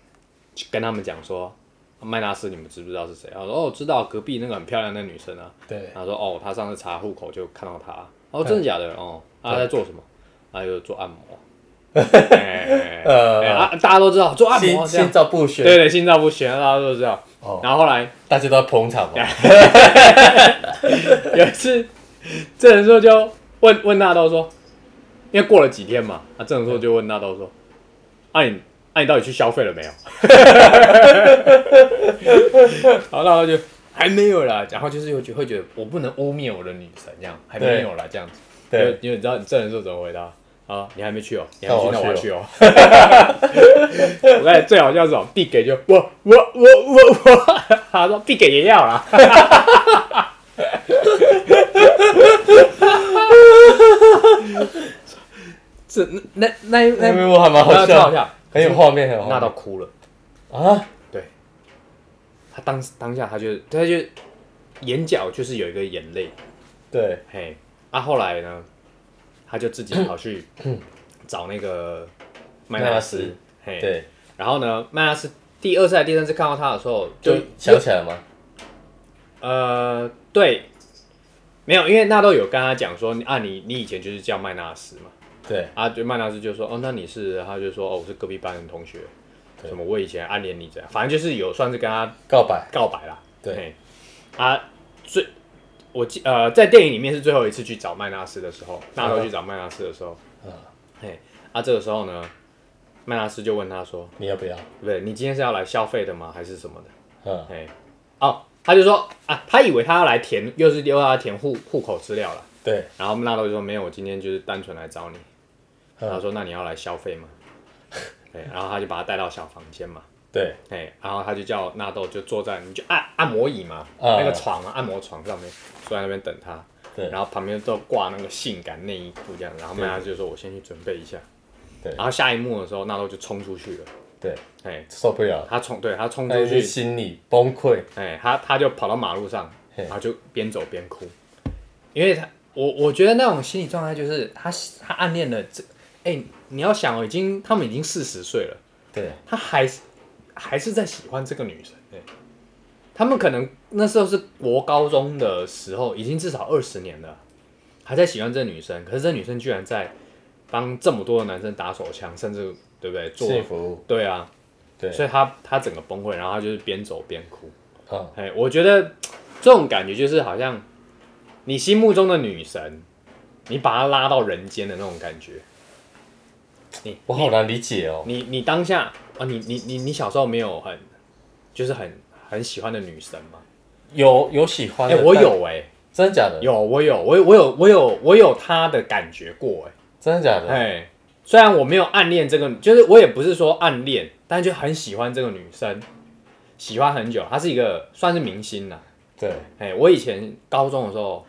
[SPEAKER 1] 跟他们讲说。麦纳斯，你们知不知道是谁？然后说哦，知道隔壁那个很漂亮的女生啊。
[SPEAKER 2] 对，
[SPEAKER 1] 他说哦，他上次查户口就看到他，哦，
[SPEAKER 2] 嗯
[SPEAKER 1] 真的假的？哦，他、在做什么？他就做按摩。哎
[SPEAKER 2] 呃
[SPEAKER 1] 哎啊，大家都知道做按摩
[SPEAKER 2] 心
[SPEAKER 1] 这样
[SPEAKER 2] 心，照不宣，
[SPEAKER 1] 对对，心照不宣，大家都知道。
[SPEAKER 2] 哦
[SPEAKER 1] 然后后来
[SPEAKER 2] 大家都要捧场
[SPEAKER 1] 哎
[SPEAKER 2] 嘛，
[SPEAKER 1] 有一次，郑仁硕就问问纳豆说，因为过了几天嘛，啊，郑仁硕就问纳豆说，啊你啊你到底去消费了没有？ 然后纳豆就还没有啦，然后就是又觉会觉得我不能污蔑我的女神这样，还没有啦这样子。因
[SPEAKER 2] 对，
[SPEAKER 1] 为因为你知道你证人说怎么回答啊？你还没去哦，你还没去，
[SPEAKER 2] 那
[SPEAKER 1] 那我
[SPEAKER 2] 我
[SPEAKER 1] 要
[SPEAKER 2] 要
[SPEAKER 1] 去
[SPEAKER 2] 去
[SPEAKER 1] 哦。 我看最好笑是什么？必给就我我我我我， 他说必给也要啦。 这那那
[SPEAKER 2] 那
[SPEAKER 1] 那
[SPEAKER 2] 一
[SPEAKER 1] 那
[SPEAKER 2] 幕还蛮好
[SPEAKER 1] 那超好
[SPEAKER 2] 笑，
[SPEAKER 1] 笑，
[SPEAKER 2] 很有画面，很有
[SPEAKER 1] 那
[SPEAKER 2] 画
[SPEAKER 1] 到
[SPEAKER 2] 面
[SPEAKER 1] 哭了。
[SPEAKER 2] 啊，
[SPEAKER 1] 对，他当当下他就他就眼角就是有一个眼泪，
[SPEAKER 2] 对，
[SPEAKER 1] 嘿，啊，后来呢，他就自己跑去找那个麦纳
[SPEAKER 2] 麦纳
[SPEAKER 1] 斯
[SPEAKER 2] 斯，
[SPEAKER 1] 嘿，，
[SPEAKER 2] 对，
[SPEAKER 1] 然后呢，麦纳斯第二次、还是第三次看到他的时候，
[SPEAKER 2] 就
[SPEAKER 1] 就
[SPEAKER 2] 想起来吗？
[SPEAKER 1] 呃，对，没有，因为纳豆有跟他讲说，啊，你你以前就是叫麦纳斯嘛，
[SPEAKER 2] 对，
[SPEAKER 1] 啊，就麦纳斯就说，哦，那你是，他就说，哦，我是隔壁班的同学，
[SPEAKER 2] 对
[SPEAKER 1] 什么我以前暗恋你这样，反正就是有算是跟他
[SPEAKER 2] 告白，
[SPEAKER 1] 告白啦，
[SPEAKER 2] 对
[SPEAKER 1] 嘿，啊，最我记呃，在电影里面是最后一次去找麦纳斯的时候，纳豆去找麦纳斯的时候，
[SPEAKER 2] 嗯
[SPEAKER 1] 嘿，啊，这个时候呢，麦纳斯就问他说
[SPEAKER 2] 你要不要？：“
[SPEAKER 1] 对不对，你今天是要来消费的吗？还是什么的？”
[SPEAKER 2] 嗯，
[SPEAKER 1] 嘿，哦，他就说啊，他以为他要来填，又是又要填户户口资料了。
[SPEAKER 2] 对，
[SPEAKER 1] 然后纳豆就说：“没有，我今天就是单纯来找你。”
[SPEAKER 2] 嗯
[SPEAKER 1] 他说：“那你要来消费吗？”对，然后他就把他带到小房间嘛，
[SPEAKER 2] 对，
[SPEAKER 1] 哎，然后他就叫纳豆就坐在你就按按摩椅嘛，
[SPEAKER 2] 嗯
[SPEAKER 1] 那个床嘛，按摩床上面坐在那边等他，
[SPEAKER 2] 对
[SPEAKER 1] 然后旁边都挂那个性感内衣裤这样，然后麦
[SPEAKER 2] 对
[SPEAKER 1] 拉就说：“我先去准备一下。”
[SPEAKER 2] 对
[SPEAKER 1] 然后下一幕的时候，纳豆就冲出去了，
[SPEAKER 2] 对，
[SPEAKER 1] 哎，
[SPEAKER 2] 受不了，
[SPEAKER 1] 他冲，对他冲
[SPEAKER 2] 那
[SPEAKER 1] 出去，
[SPEAKER 2] 是心理崩溃。
[SPEAKER 1] 哎，他他就跑到马路上，
[SPEAKER 2] 嘿
[SPEAKER 1] 然后就边走边哭，因为他我我觉得那种心理状态就是他他暗恋了这，哎、你要想哦，已经他们已经四十岁了，
[SPEAKER 2] 对，
[SPEAKER 1] 他还是还是在喜欢这个女生、哎，他们可能那时候是国高中的时候，已经至少二十年了，还在喜欢这女生，可是这女生居然在帮这么多的男生打手枪，甚至对不对做
[SPEAKER 2] 幸福，
[SPEAKER 1] 对啊，
[SPEAKER 2] 对，
[SPEAKER 1] 所以他他整个崩溃，然后他就是边走边哭。
[SPEAKER 2] 嗯，
[SPEAKER 1] 哎，我觉得这种感觉就是好像你心目中的女神，你把她拉到人间的那种感觉。你
[SPEAKER 2] 我好难理解哦。
[SPEAKER 1] 你你当下啊，你你你你小时候没有很就是很很喜欢的女神吗？
[SPEAKER 2] 有有喜欢
[SPEAKER 1] 哎、
[SPEAKER 2] 的，
[SPEAKER 1] 我
[SPEAKER 2] 但，
[SPEAKER 1] 有哎、
[SPEAKER 2] 真的假的？
[SPEAKER 1] 有我有我有我有我有我有她的感觉过
[SPEAKER 2] 真的假
[SPEAKER 1] 哎、
[SPEAKER 2] 的？
[SPEAKER 1] 哎，虽然我没有暗恋这个，就是我也不是说暗恋，但就很喜欢这个女生，喜欢很久，她是一个算是明星啦。
[SPEAKER 2] 对，
[SPEAKER 1] 哎、我以前高中的时候，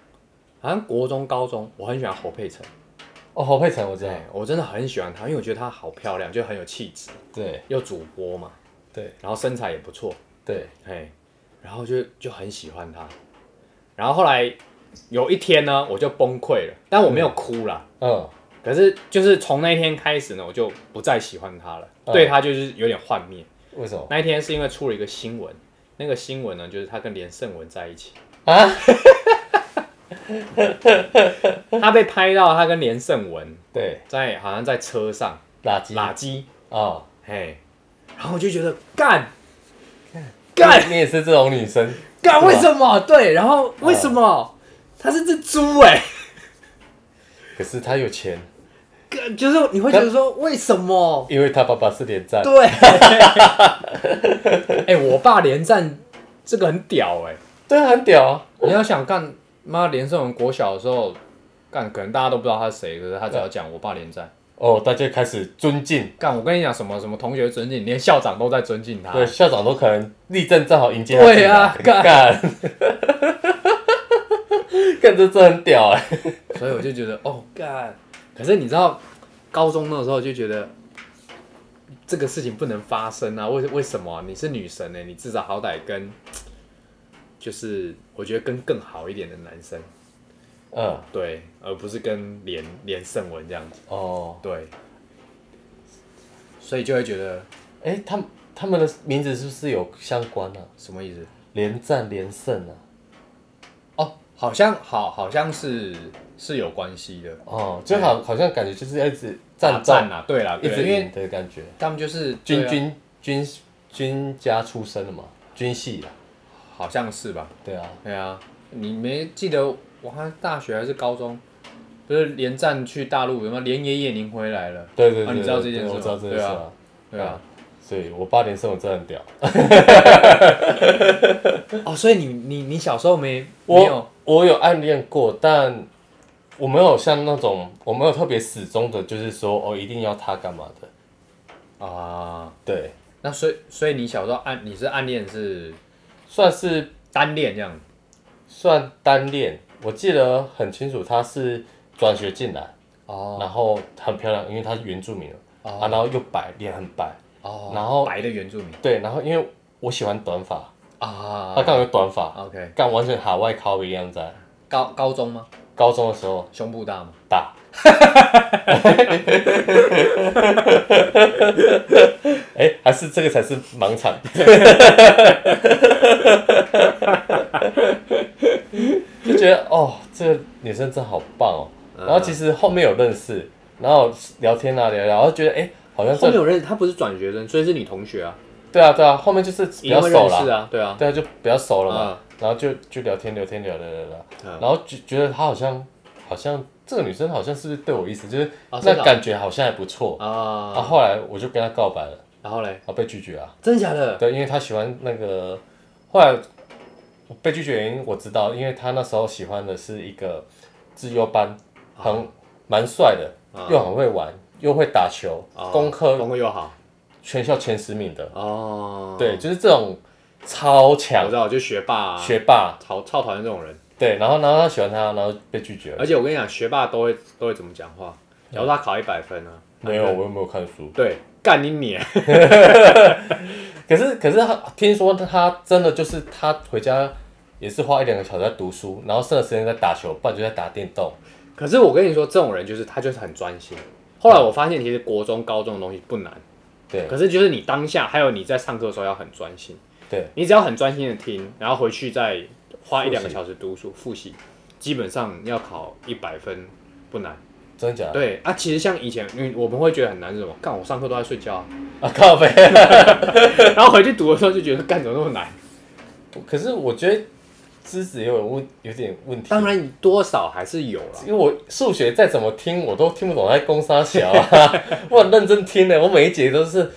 [SPEAKER 1] 好像国中、高中，我很喜欢侯佩岑。
[SPEAKER 2] 哦，侯佩岑我知
[SPEAKER 1] 哎、
[SPEAKER 2] 道，
[SPEAKER 1] 我真的很喜欢她，因为我觉得她好漂亮，就很有气质，
[SPEAKER 2] 对
[SPEAKER 1] 又主播嘛，
[SPEAKER 2] 对
[SPEAKER 1] 然后身材也不错，
[SPEAKER 2] 对，
[SPEAKER 1] 哎、然后就就很喜欢她。然后后来有一天呢，我就崩溃了，但我没有哭啦。
[SPEAKER 2] 嗯，
[SPEAKER 1] 可是就是从那一天开始呢，我就不再喜欢她了，
[SPEAKER 2] 嗯
[SPEAKER 1] 对她就是有点幻灭。
[SPEAKER 2] 为什么
[SPEAKER 1] 那一天是因为出了一个新闻，那个新闻呢，就是她跟连胜文在一起。
[SPEAKER 2] 啊？
[SPEAKER 1] 他被拍到他跟连胜文
[SPEAKER 2] 对，
[SPEAKER 1] 在好像在车上
[SPEAKER 2] 垃圾
[SPEAKER 1] 拉鸡，
[SPEAKER 2] 啊，
[SPEAKER 1] 嘿，然后我就觉得干
[SPEAKER 2] 你
[SPEAKER 1] 干
[SPEAKER 2] 你也是这种女生，
[SPEAKER 1] 干，
[SPEAKER 2] 是吧
[SPEAKER 1] 为什么？对，哦然后为什么他是只猪哎？
[SPEAKER 2] 可是她有钱，
[SPEAKER 1] 干就是你会觉得说为什么？
[SPEAKER 2] 因为她爸爸是连战，
[SPEAKER 1] 对， 哎，我爸连战这个很屌哎，
[SPEAKER 2] 对，很屌啊。
[SPEAKER 1] 你要想干妈连胜文国小的时候干，可能大家都不知道他是谁，可是他只要讲我爸连战。
[SPEAKER 2] 哦，大家开始尊敬，
[SPEAKER 1] 干，我跟你讲，什么什么同学尊敬，连校长都在尊敬他。
[SPEAKER 2] 对，校长都可能立正站好迎接他
[SPEAKER 1] 啊对
[SPEAKER 2] 进来
[SPEAKER 1] 啊干
[SPEAKER 2] 干，干 这这很屌哎、
[SPEAKER 1] 所以我就觉得哦干，可是你知道，高中那时候就觉得这个事情不能发生啊，为为什么啊、你是女神呢、你至少好歹跟，就是我觉得跟更好一点的男生
[SPEAKER 2] 嗯，
[SPEAKER 1] 对，而不是跟连连胜文这样子
[SPEAKER 2] 哦，
[SPEAKER 1] 对，所以就会觉得
[SPEAKER 2] 哎、他们他们的名字是不是有相关啊？
[SPEAKER 1] 什么意思？
[SPEAKER 2] 连战连胜啊，
[SPEAKER 1] 哦，好像好好像是是有关系的，
[SPEAKER 2] 哦，就好好像感觉就是要一直
[SPEAKER 1] 大
[SPEAKER 2] 战
[SPEAKER 1] 战
[SPEAKER 2] 战，
[SPEAKER 1] 啊，对啦，
[SPEAKER 2] 一
[SPEAKER 1] 对啦
[SPEAKER 2] 直
[SPEAKER 1] 因为
[SPEAKER 2] 赢的感觉。
[SPEAKER 1] 他们就是对
[SPEAKER 2] 军
[SPEAKER 1] 啊
[SPEAKER 2] 军军军家出身的嘛，军系的，
[SPEAKER 1] 好像是吧，
[SPEAKER 2] 对啊，
[SPEAKER 1] 对啊，你没记得我好像大学还是高中，不是连战去大陆，有没有连爷爷您回来了？
[SPEAKER 2] 对对
[SPEAKER 1] 啊
[SPEAKER 2] 对，
[SPEAKER 1] 你知道这件事
[SPEAKER 2] 对
[SPEAKER 1] 吗
[SPEAKER 2] 我知道这件
[SPEAKER 1] 对
[SPEAKER 2] 事
[SPEAKER 1] 啊
[SPEAKER 2] 啊，
[SPEAKER 1] 对啊，
[SPEAKER 2] 所以我八连胜我真的很屌。
[SPEAKER 1] 哦，所以你你你小时候没没有
[SPEAKER 2] 我我有暗恋过，但我没有像那种我没有特别始终的，就是说哦一定要他干嘛的。
[SPEAKER 1] 啊？
[SPEAKER 2] 对，
[SPEAKER 1] 那所以所以你小时候暗你是暗恋是
[SPEAKER 2] 算是
[SPEAKER 1] 单恋这样
[SPEAKER 2] 算单恋，我记得很清楚，她是转学进来，
[SPEAKER 1] 哦
[SPEAKER 2] 然后很漂亮，因为她是原住民了、
[SPEAKER 1] 哦
[SPEAKER 2] 啊，然后又白，脸很白，
[SPEAKER 1] 哦，
[SPEAKER 2] 然后
[SPEAKER 1] 白的原住民
[SPEAKER 2] 对，然后因为我喜欢短发，
[SPEAKER 1] 啊
[SPEAKER 2] 她刚好有短发，
[SPEAKER 1] ，OK，
[SPEAKER 2] 干完全海外靠一样在。
[SPEAKER 1] 高高中吗？
[SPEAKER 2] 高中的时候
[SPEAKER 1] 胸部大吗？
[SPEAKER 2] 打，哎、还是这个才是盲场。 就觉得哦，这个女生真好棒哦。
[SPEAKER 1] 嗯
[SPEAKER 2] 然后其实后面有认识，然后聊天啊聊聊，然后觉得哎、好像
[SPEAKER 1] 后面
[SPEAKER 2] 这
[SPEAKER 1] 有认识，他不是转学生，所以是你同学啊，
[SPEAKER 2] 对啊对啊，后面就是比
[SPEAKER 1] 因
[SPEAKER 2] 较
[SPEAKER 1] 为
[SPEAKER 2] 熟
[SPEAKER 1] 认识
[SPEAKER 2] 了，
[SPEAKER 1] 啊，对啊，
[SPEAKER 2] 对啊就比较熟了
[SPEAKER 1] 嗯
[SPEAKER 2] 嘛。然后就就聊天聊天聊聊聊聊，
[SPEAKER 1] 嗯
[SPEAKER 2] 然后就觉得她好像好像这个女生好像是不是对我有意思，就是、
[SPEAKER 1] 啊真的
[SPEAKER 2] 那
[SPEAKER 1] 啊
[SPEAKER 2] 感觉好像还不错。
[SPEAKER 1] 啊，
[SPEAKER 2] 然后后来我就跟她告白了，
[SPEAKER 1] 然后嘞，
[SPEAKER 2] 然后被拒绝啊。
[SPEAKER 1] 真假的？
[SPEAKER 2] 对，因为她喜欢那个，后来被拒绝原因我知道，因为她那时候喜欢的是一个自优班，很蛮帅的，又很会玩，又会打球，
[SPEAKER 1] 啊
[SPEAKER 2] 功课
[SPEAKER 1] 功课又好
[SPEAKER 2] 全校前十名的，
[SPEAKER 1] 哦，
[SPEAKER 2] 对，就是这种超强
[SPEAKER 1] 我知道，就学霸、啊，
[SPEAKER 2] 学霸，
[SPEAKER 1] 超超讨厌这种人。
[SPEAKER 2] 对，然后然后他喜欢他，然后被拒绝了。
[SPEAKER 1] 而且我跟你讲，学霸都会都会怎么讲话？假如他考一百分呢、啊？
[SPEAKER 2] 没有，我又没有看书。
[SPEAKER 1] 对，干你你，
[SPEAKER 2] 可是可是他听说他真的就是他回家也是花一两个小时在读书，然后剩的时间在打球，不然就在打电动。
[SPEAKER 1] 可是我跟你说，这种人就是他就是很专心。后来我发现，其实国中、高中的东西不难，
[SPEAKER 2] 对
[SPEAKER 1] 可是就是你当下还有你在上课的时候要很专心，
[SPEAKER 2] 对，
[SPEAKER 1] 你只要很专心的听，然后回去再花一两个小时读书复习，基本上要考一百分不难。
[SPEAKER 2] 真的假的？
[SPEAKER 1] 对啊，其实像以前，因为我们会觉得很难是什么？干我上课都在睡觉啊、
[SPEAKER 2] 啊，靠背。
[SPEAKER 1] 然后回去读的时候就觉得干怎么那么难？
[SPEAKER 2] 可是我觉得知识也有问有点问题。
[SPEAKER 1] 当，然多少还是有啦。
[SPEAKER 2] 因为我数学再怎么听我都听不懂，在攻沙小啊， 我很认真听的，我每一节都是。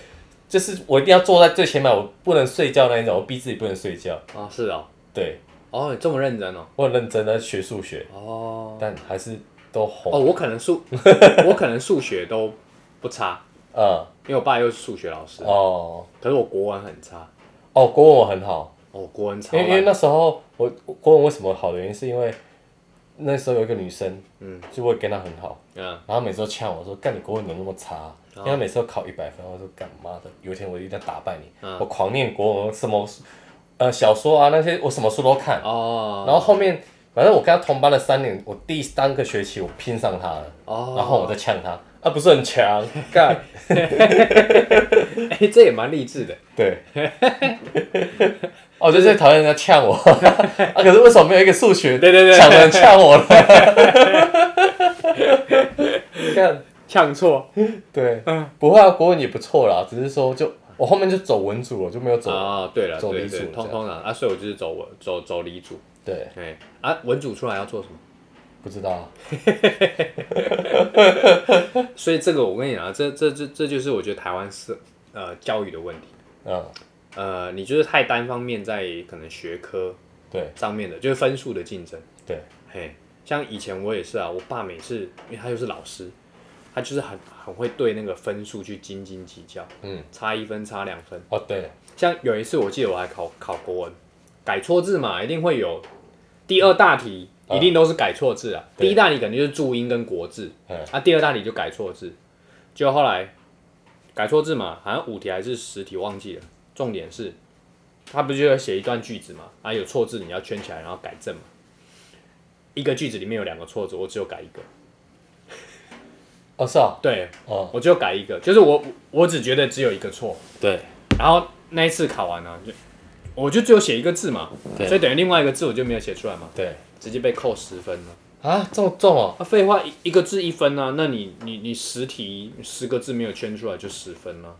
[SPEAKER 2] 就是我一定要坐在最前面，我不能睡觉那一种，我逼自己不能睡觉。
[SPEAKER 1] 啊，是哦，
[SPEAKER 2] 对
[SPEAKER 1] 哦，你这么认真哦，
[SPEAKER 2] 我很认真的学数学，
[SPEAKER 1] 哦，
[SPEAKER 2] 但还是都红。
[SPEAKER 1] 哦，我可能数， 我可能数学都不差，
[SPEAKER 2] 嗯，
[SPEAKER 1] 因为我爸又是数学老师，
[SPEAKER 2] 哦
[SPEAKER 1] 可是我国文很差，
[SPEAKER 2] 哦，国文我很好，
[SPEAKER 1] 哦，国文超
[SPEAKER 2] 因为因为
[SPEAKER 1] 烂，
[SPEAKER 2] 那时候我我国文为什么好的原因是因为那时候有一个女生，
[SPEAKER 1] 嗯
[SPEAKER 2] 就我也跟她很好，
[SPEAKER 1] 嗯，
[SPEAKER 2] 然后她每次都呛我说：“干你国文怎么那么差
[SPEAKER 1] 哦
[SPEAKER 2] 啊、因为她每次都考一百分，我说：“干妈的，有一天我一定要打败你。
[SPEAKER 1] 嗯
[SPEAKER 2] 我狂念国文，什么呃小说啊那些，我什么书都看。
[SPEAKER 1] 哦，
[SPEAKER 2] 然后后面反正我跟她同班了三年，我第三个学期我拼上她了，
[SPEAKER 1] 哦，
[SPEAKER 2] 然后我再呛她，啊不是很强， 干
[SPEAKER 1] 哎、这也蛮励志的，
[SPEAKER 2] 对，哦，我就最讨厌人家 呛我啊！可是为什么没有一个数学
[SPEAKER 1] 对对对
[SPEAKER 2] 抢人呛我 呢？ 看，
[SPEAKER 1] 呛错，
[SPEAKER 2] 对，
[SPEAKER 1] 嗯
[SPEAKER 2] 不会啊，国文也不错啦，只是说就我后面就走文组了，就没有走。
[SPEAKER 1] 啊，对了，
[SPEAKER 2] 走
[SPEAKER 1] 对
[SPEAKER 2] 理
[SPEAKER 1] 对，
[SPEAKER 2] 组
[SPEAKER 1] 通
[SPEAKER 2] 这样
[SPEAKER 1] 通常啊，所以我就是走文走走理组，
[SPEAKER 2] 对，
[SPEAKER 1] 哎、啊，文组出来要做什么？
[SPEAKER 2] 不知道啊，
[SPEAKER 1] 所以这个我跟你讲啊，这这这这就是我觉得台湾是呃教育的问题，
[SPEAKER 2] 嗯，
[SPEAKER 1] 呃，你就是太单方面在可能学科
[SPEAKER 2] 对
[SPEAKER 1] 上面的，就是分数的竞争。
[SPEAKER 2] 对，
[SPEAKER 1] 嘿，像以前我也是啊，我爸每次因为他又是老师，他就是很很会对那个分数去斤斤计较，
[SPEAKER 2] 嗯，
[SPEAKER 1] 差一分差两分。
[SPEAKER 2] 哦对，
[SPEAKER 1] 像有一次我记得我还考考国文，改错字嘛，一定会有第二大题。一定都是改错字啊！
[SPEAKER 2] 哦对
[SPEAKER 1] 第一大题肯定就是注音跟国字，
[SPEAKER 2] 嗯
[SPEAKER 1] 啊，第二大题就改错字，就后来改错字嘛，好像五题还是十题忘记了。重点是，他不就要写一段句子嘛，啊，有错字你要圈起来，然后改正嘛。一个句子里面有两个错字，我只有改一个，
[SPEAKER 2] 哦是啊，
[SPEAKER 1] 对
[SPEAKER 2] 哦
[SPEAKER 1] 我只有改一个，就是我我只觉得只有一个错，
[SPEAKER 2] 对，
[SPEAKER 1] 然后那一次考完了、就我就只有写一个字嘛，
[SPEAKER 2] 对
[SPEAKER 1] 所以等于另外一个字我就没有写出来嘛，
[SPEAKER 2] 对
[SPEAKER 1] 直接被扣十分了。
[SPEAKER 2] 啊，这么重哦，
[SPEAKER 1] 啊，废话，一一个字一分啊，那你你你十题十个字没有圈出来就十分了、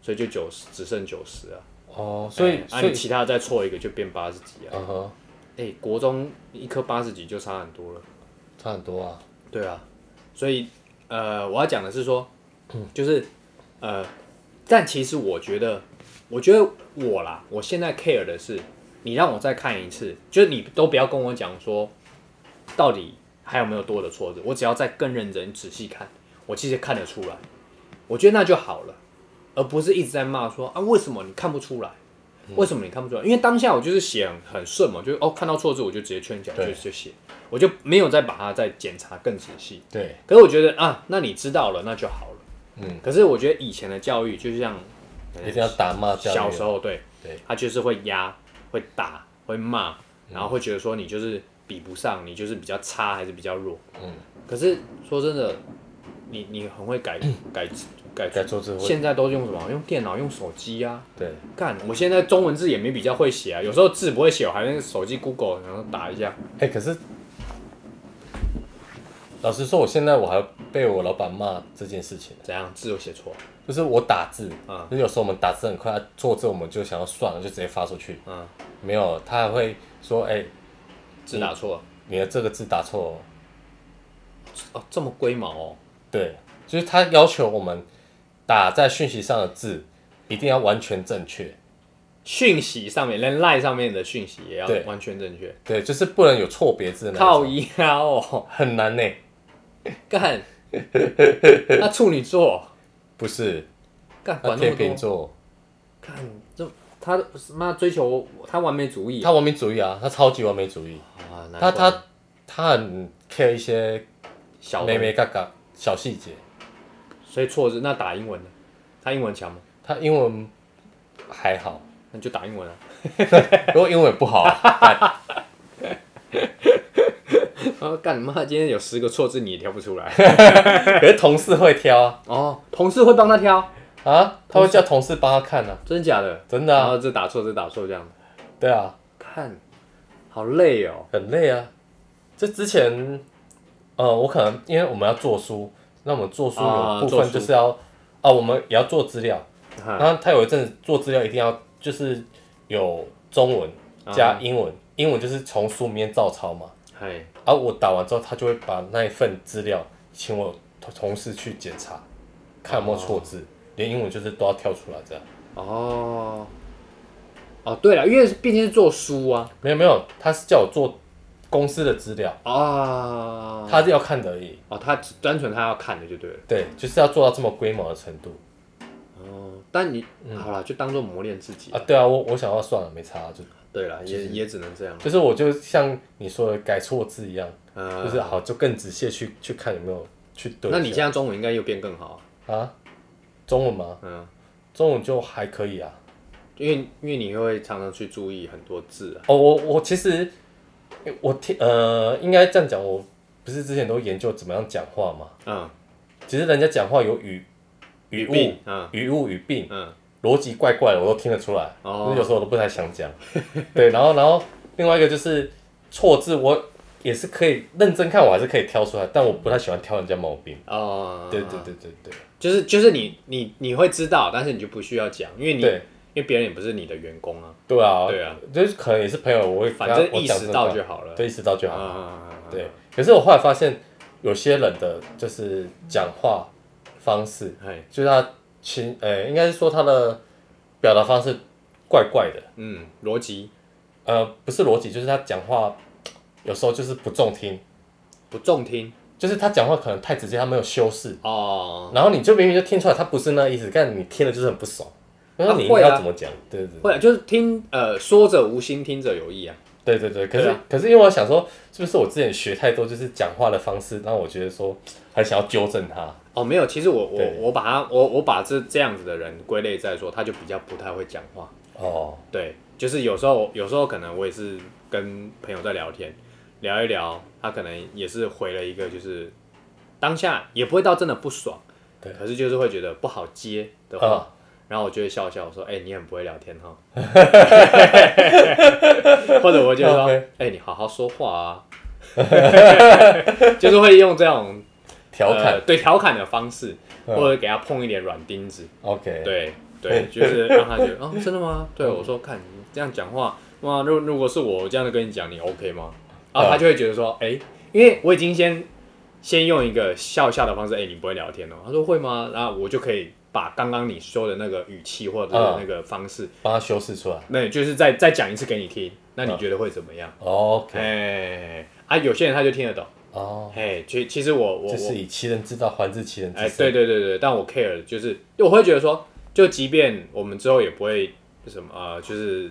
[SPEAKER 1] 所以就九十只剩九十啊，
[SPEAKER 2] 哦，所以
[SPEAKER 1] 哎啊
[SPEAKER 2] 所
[SPEAKER 1] 你
[SPEAKER 2] 以，
[SPEAKER 1] 其他的再错一个就变八十几啊，
[SPEAKER 2] 嗯哼，
[SPEAKER 1] 哎、国中一科八十几就差很多了。
[SPEAKER 2] 差很多啊，
[SPEAKER 1] 对啊，所以呃，我要讲的是说，就是呃，但其实我觉得，我觉得我啦，我现在 care 的是，你让我再看一次，就是你都不要跟我讲说，到底还有没有多的错字，我只要再更认真仔细看，我其实看得出来，我觉得那就好了，而不是一直在骂说啊，为什么你看不出来？为什么你看不出来？因为当下我就是写很很顺嘛，就是哦看到错字我就直接圈起来
[SPEAKER 2] 对
[SPEAKER 1] 就就写，我就没有再把它再检查更仔细。
[SPEAKER 2] 对，
[SPEAKER 1] 可是我觉得啊，那你知道了那就好了。
[SPEAKER 2] 嗯，
[SPEAKER 1] 可是我觉得以前的教育就像
[SPEAKER 2] 一定要打骂教育啊
[SPEAKER 1] 小时候对，
[SPEAKER 2] 对嗯
[SPEAKER 1] 他就是会压、会打、会骂，然后会觉得说你就是比不上，你就是比较差还是比较弱。
[SPEAKER 2] 嗯，
[SPEAKER 1] 可是说真的，你你很会 改改改
[SPEAKER 2] 该做智慧，
[SPEAKER 1] 现在都用什么？用电脑、用手机啊。
[SPEAKER 2] 对，
[SPEAKER 1] 干，我现在中文字也没比较会写啊，有时候字不会写，我还用手机 Google 然后打一下。
[SPEAKER 2] 哎、可是老实说，我现在我还被我老板骂这件事情，
[SPEAKER 1] 怎样？字又写错？
[SPEAKER 2] 就是我打字，
[SPEAKER 1] 嗯
[SPEAKER 2] 就是有时候我们打字很快，错字我们就想要算了，就直接发出去，
[SPEAKER 1] 嗯，
[SPEAKER 2] 没有，他还会说，哎、
[SPEAKER 1] 字打错了、
[SPEAKER 2] 你的这个字打错、哦。
[SPEAKER 1] 哦，这么龟毛哦，
[SPEAKER 2] 对，就是他要求我们打在讯息上的字一定要完全正确，
[SPEAKER 1] 讯息上面连 line 上面的讯息也要
[SPEAKER 2] 对
[SPEAKER 1] 完全正确，
[SPEAKER 2] 对，就是不能有错别字的那一
[SPEAKER 1] 靠
[SPEAKER 2] 种，
[SPEAKER 1] 腰哦，
[SPEAKER 2] 很难呢。
[SPEAKER 1] 干，那处女座
[SPEAKER 2] 不是，
[SPEAKER 1] 干
[SPEAKER 2] 那
[SPEAKER 1] 管那
[SPEAKER 2] 天
[SPEAKER 1] 么多，
[SPEAKER 2] 秤座，
[SPEAKER 1] 看这他妈追求他完美主义
[SPEAKER 2] 他完美主义啊，他超级完美主义，
[SPEAKER 1] 啊，难
[SPEAKER 2] 他
[SPEAKER 1] 怪
[SPEAKER 2] 他他很 care 一些
[SPEAKER 1] 小
[SPEAKER 2] 妹
[SPEAKER 1] 妹妹，
[SPEAKER 2] 妹嘎嘎小细节，
[SPEAKER 1] 所以错字那打英文的，他英文强吗？
[SPEAKER 2] 他英文还 好，
[SPEAKER 1] 那你就打英 文啊，
[SPEAKER 2] 如果英文也不好、啊，干
[SPEAKER 1] 然后哦干你妈今天有十个错字你也挑不出来
[SPEAKER 2] 可是同事会挑啊，
[SPEAKER 1] 哦，同事会帮他挑，
[SPEAKER 2] 啊，他会叫同事帮他看啊，
[SPEAKER 1] 真假的？
[SPEAKER 2] 真 的
[SPEAKER 1] 然
[SPEAKER 2] 啊，
[SPEAKER 1] 后这打错这打错这样，
[SPEAKER 2] 对啊，
[SPEAKER 1] 看好累哦，
[SPEAKER 2] 很累啊。这之前，呃，我可能因为我们要做书，那我们做书
[SPEAKER 1] 啊
[SPEAKER 2] 有部
[SPEAKER 1] 做
[SPEAKER 2] 分
[SPEAKER 1] 书啊
[SPEAKER 2] 就是要啊，我们也要做资料。
[SPEAKER 1] 哈
[SPEAKER 2] 然后他有一阵子做资料一定要就是有中文
[SPEAKER 1] 啊
[SPEAKER 2] 加英文，英文就是从书里面照抄嘛。
[SPEAKER 1] 嘿，
[SPEAKER 2] 啊，我打完之后，他就会把那一份资料请我同同事去检查，看有没有错字，连英文就是都要跳出来这样。
[SPEAKER 1] 哦，哦，对了，因为毕竟是做书啊，
[SPEAKER 2] 没有没有，他是叫我做公司的资料，
[SPEAKER 1] 啊，
[SPEAKER 2] 他是要看的而已。
[SPEAKER 1] 哦，他只单纯他要看的就对了，
[SPEAKER 2] 对，就是要做到这么龟毛的程度。
[SPEAKER 1] 哦，但你、好了，就当做磨练自己
[SPEAKER 2] 啊，，对啊，我我想要算了，没差，啊就
[SPEAKER 1] 对了，也也只能这样，
[SPEAKER 2] 就是我就像你说的改错字一样，
[SPEAKER 1] 呃，
[SPEAKER 2] 就是好就更仔细去去看有没有去对一下。
[SPEAKER 1] 那你现在中文应该又变更好啊，
[SPEAKER 2] 啊，中文吗？
[SPEAKER 1] 嗯，
[SPEAKER 2] 中文就还可以啊。
[SPEAKER 1] 因为因为你会常常去注意很多字啊，
[SPEAKER 2] 哦，我我其实我听呃，应该这样讲，我不是之前都研究怎么样讲话吗？
[SPEAKER 1] 嗯，
[SPEAKER 2] 其实人家讲话有语
[SPEAKER 1] 语
[SPEAKER 2] 语
[SPEAKER 1] 病
[SPEAKER 2] 误、，
[SPEAKER 1] 嗯
[SPEAKER 2] 语误、语病，
[SPEAKER 1] 嗯，
[SPEAKER 2] 逻辑怪怪的，我都听得出来。
[SPEAKER 1] 哦
[SPEAKER 2] 可是有时候我都不太想讲。 对，然后然后另外一个就是错字，我也是可以认真看，我还是可以挑出来，但我不太喜欢挑人家毛病。
[SPEAKER 1] 哦，
[SPEAKER 2] 对对，对对对
[SPEAKER 1] 就是就是你你你会知道，但是你就不需要讲，因为你
[SPEAKER 2] 对
[SPEAKER 1] 因为别人也不是你的员工啊，
[SPEAKER 2] 对啊！
[SPEAKER 1] 对啊，
[SPEAKER 2] 就是可能也是朋友，我会
[SPEAKER 1] 反正
[SPEAKER 2] 我
[SPEAKER 1] 意
[SPEAKER 2] 讲
[SPEAKER 1] 识
[SPEAKER 2] 真
[SPEAKER 1] 到
[SPEAKER 2] 话
[SPEAKER 1] 就好了，
[SPEAKER 2] 对意识到就好。
[SPEAKER 1] 啊，
[SPEAKER 2] 对，可是我后来发现，有些人的就是讲话方式，
[SPEAKER 1] 哎，
[SPEAKER 2] 就是他情，呃、应该是说他的表达方式怪怪的，
[SPEAKER 1] 嗯，逻辑
[SPEAKER 2] 呃，不是逻辑，就是他讲话有时候就是不中听，
[SPEAKER 1] 不中听
[SPEAKER 2] 就是他讲话可能太直接，他没有修饰，
[SPEAKER 1] 哦，
[SPEAKER 2] 然后你就明明就听出来他不是那意思，但你听了就是很不爽。然后你应该
[SPEAKER 1] 会啊
[SPEAKER 2] 要怎么讲？对对对
[SPEAKER 1] 会啊就是听呃说者无心，听者有意啊，
[SPEAKER 2] 对对对，可是、
[SPEAKER 1] 对啊
[SPEAKER 2] 可是因为我想说，是不是我之前学太多，就是讲话的方式，让我觉得说很想要纠正他。
[SPEAKER 1] 哦，没有，其实我我
[SPEAKER 2] 对
[SPEAKER 1] 我把他我我把这这样子的人归类在说，他就比较不太会讲话。
[SPEAKER 2] 哦，
[SPEAKER 1] 对，就是有时候有时候可能我也是跟朋友在聊天，聊一聊，他可能也是回了一个就是当下也不会到真的不爽，
[SPEAKER 2] 对
[SPEAKER 1] 可是就是会觉得不好接的话，
[SPEAKER 2] 啊
[SPEAKER 1] 然后我就会笑笑我说：“哎、你很不会聊天 哈。” 或者我就说：“
[SPEAKER 2] 啊 OK
[SPEAKER 1] 哎、你好好说话啊。” 就是会用这种
[SPEAKER 2] 调侃、
[SPEAKER 1] 呃、对调侃的方式，
[SPEAKER 2] 嗯
[SPEAKER 1] 或者给他碰一点软钉子，
[SPEAKER 2] o k
[SPEAKER 1] 呃对对，就是让他觉得，哦，真的 吗？对我说，看你这样讲话，哇，如如果是我这样的跟你讲，你 OK 吗？然后他
[SPEAKER 2] 嗯
[SPEAKER 1] 就会觉得说，哎、因为我已经先先用一个笑笑的方式，哎、你不会聊天哦。他说会吗？然后我就可以把刚刚你说的那个语气或者是
[SPEAKER 2] 嗯
[SPEAKER 1] 那个方式，
[SPEAKER 2] 帮他修饰出来。
[SPEAKER 1] 那也就是再再讲一次给你听，那你
[SPEAKER 2] 嗯
[SPEAKER 1] 觉得会怎么样？
[SPEAKER 2] OK，
[SPEAKER 1] 哎、啊，有些人他就听得懂，
[SPEAKER 2] 哦，
[SPEAKER 1] 哎，其其实我我
[SPEAKER 2] 这
[SPEAKER 1] 我
[SPEAKER 2] 是以其人之道还治其人之
[SPEAKER 1] 哎，
[SPEAKER 2] 身。
[SPEAKER 1] 对对对对，但我 care 的就是，我会觉得说，就即便我们之后也不会什么呃，就是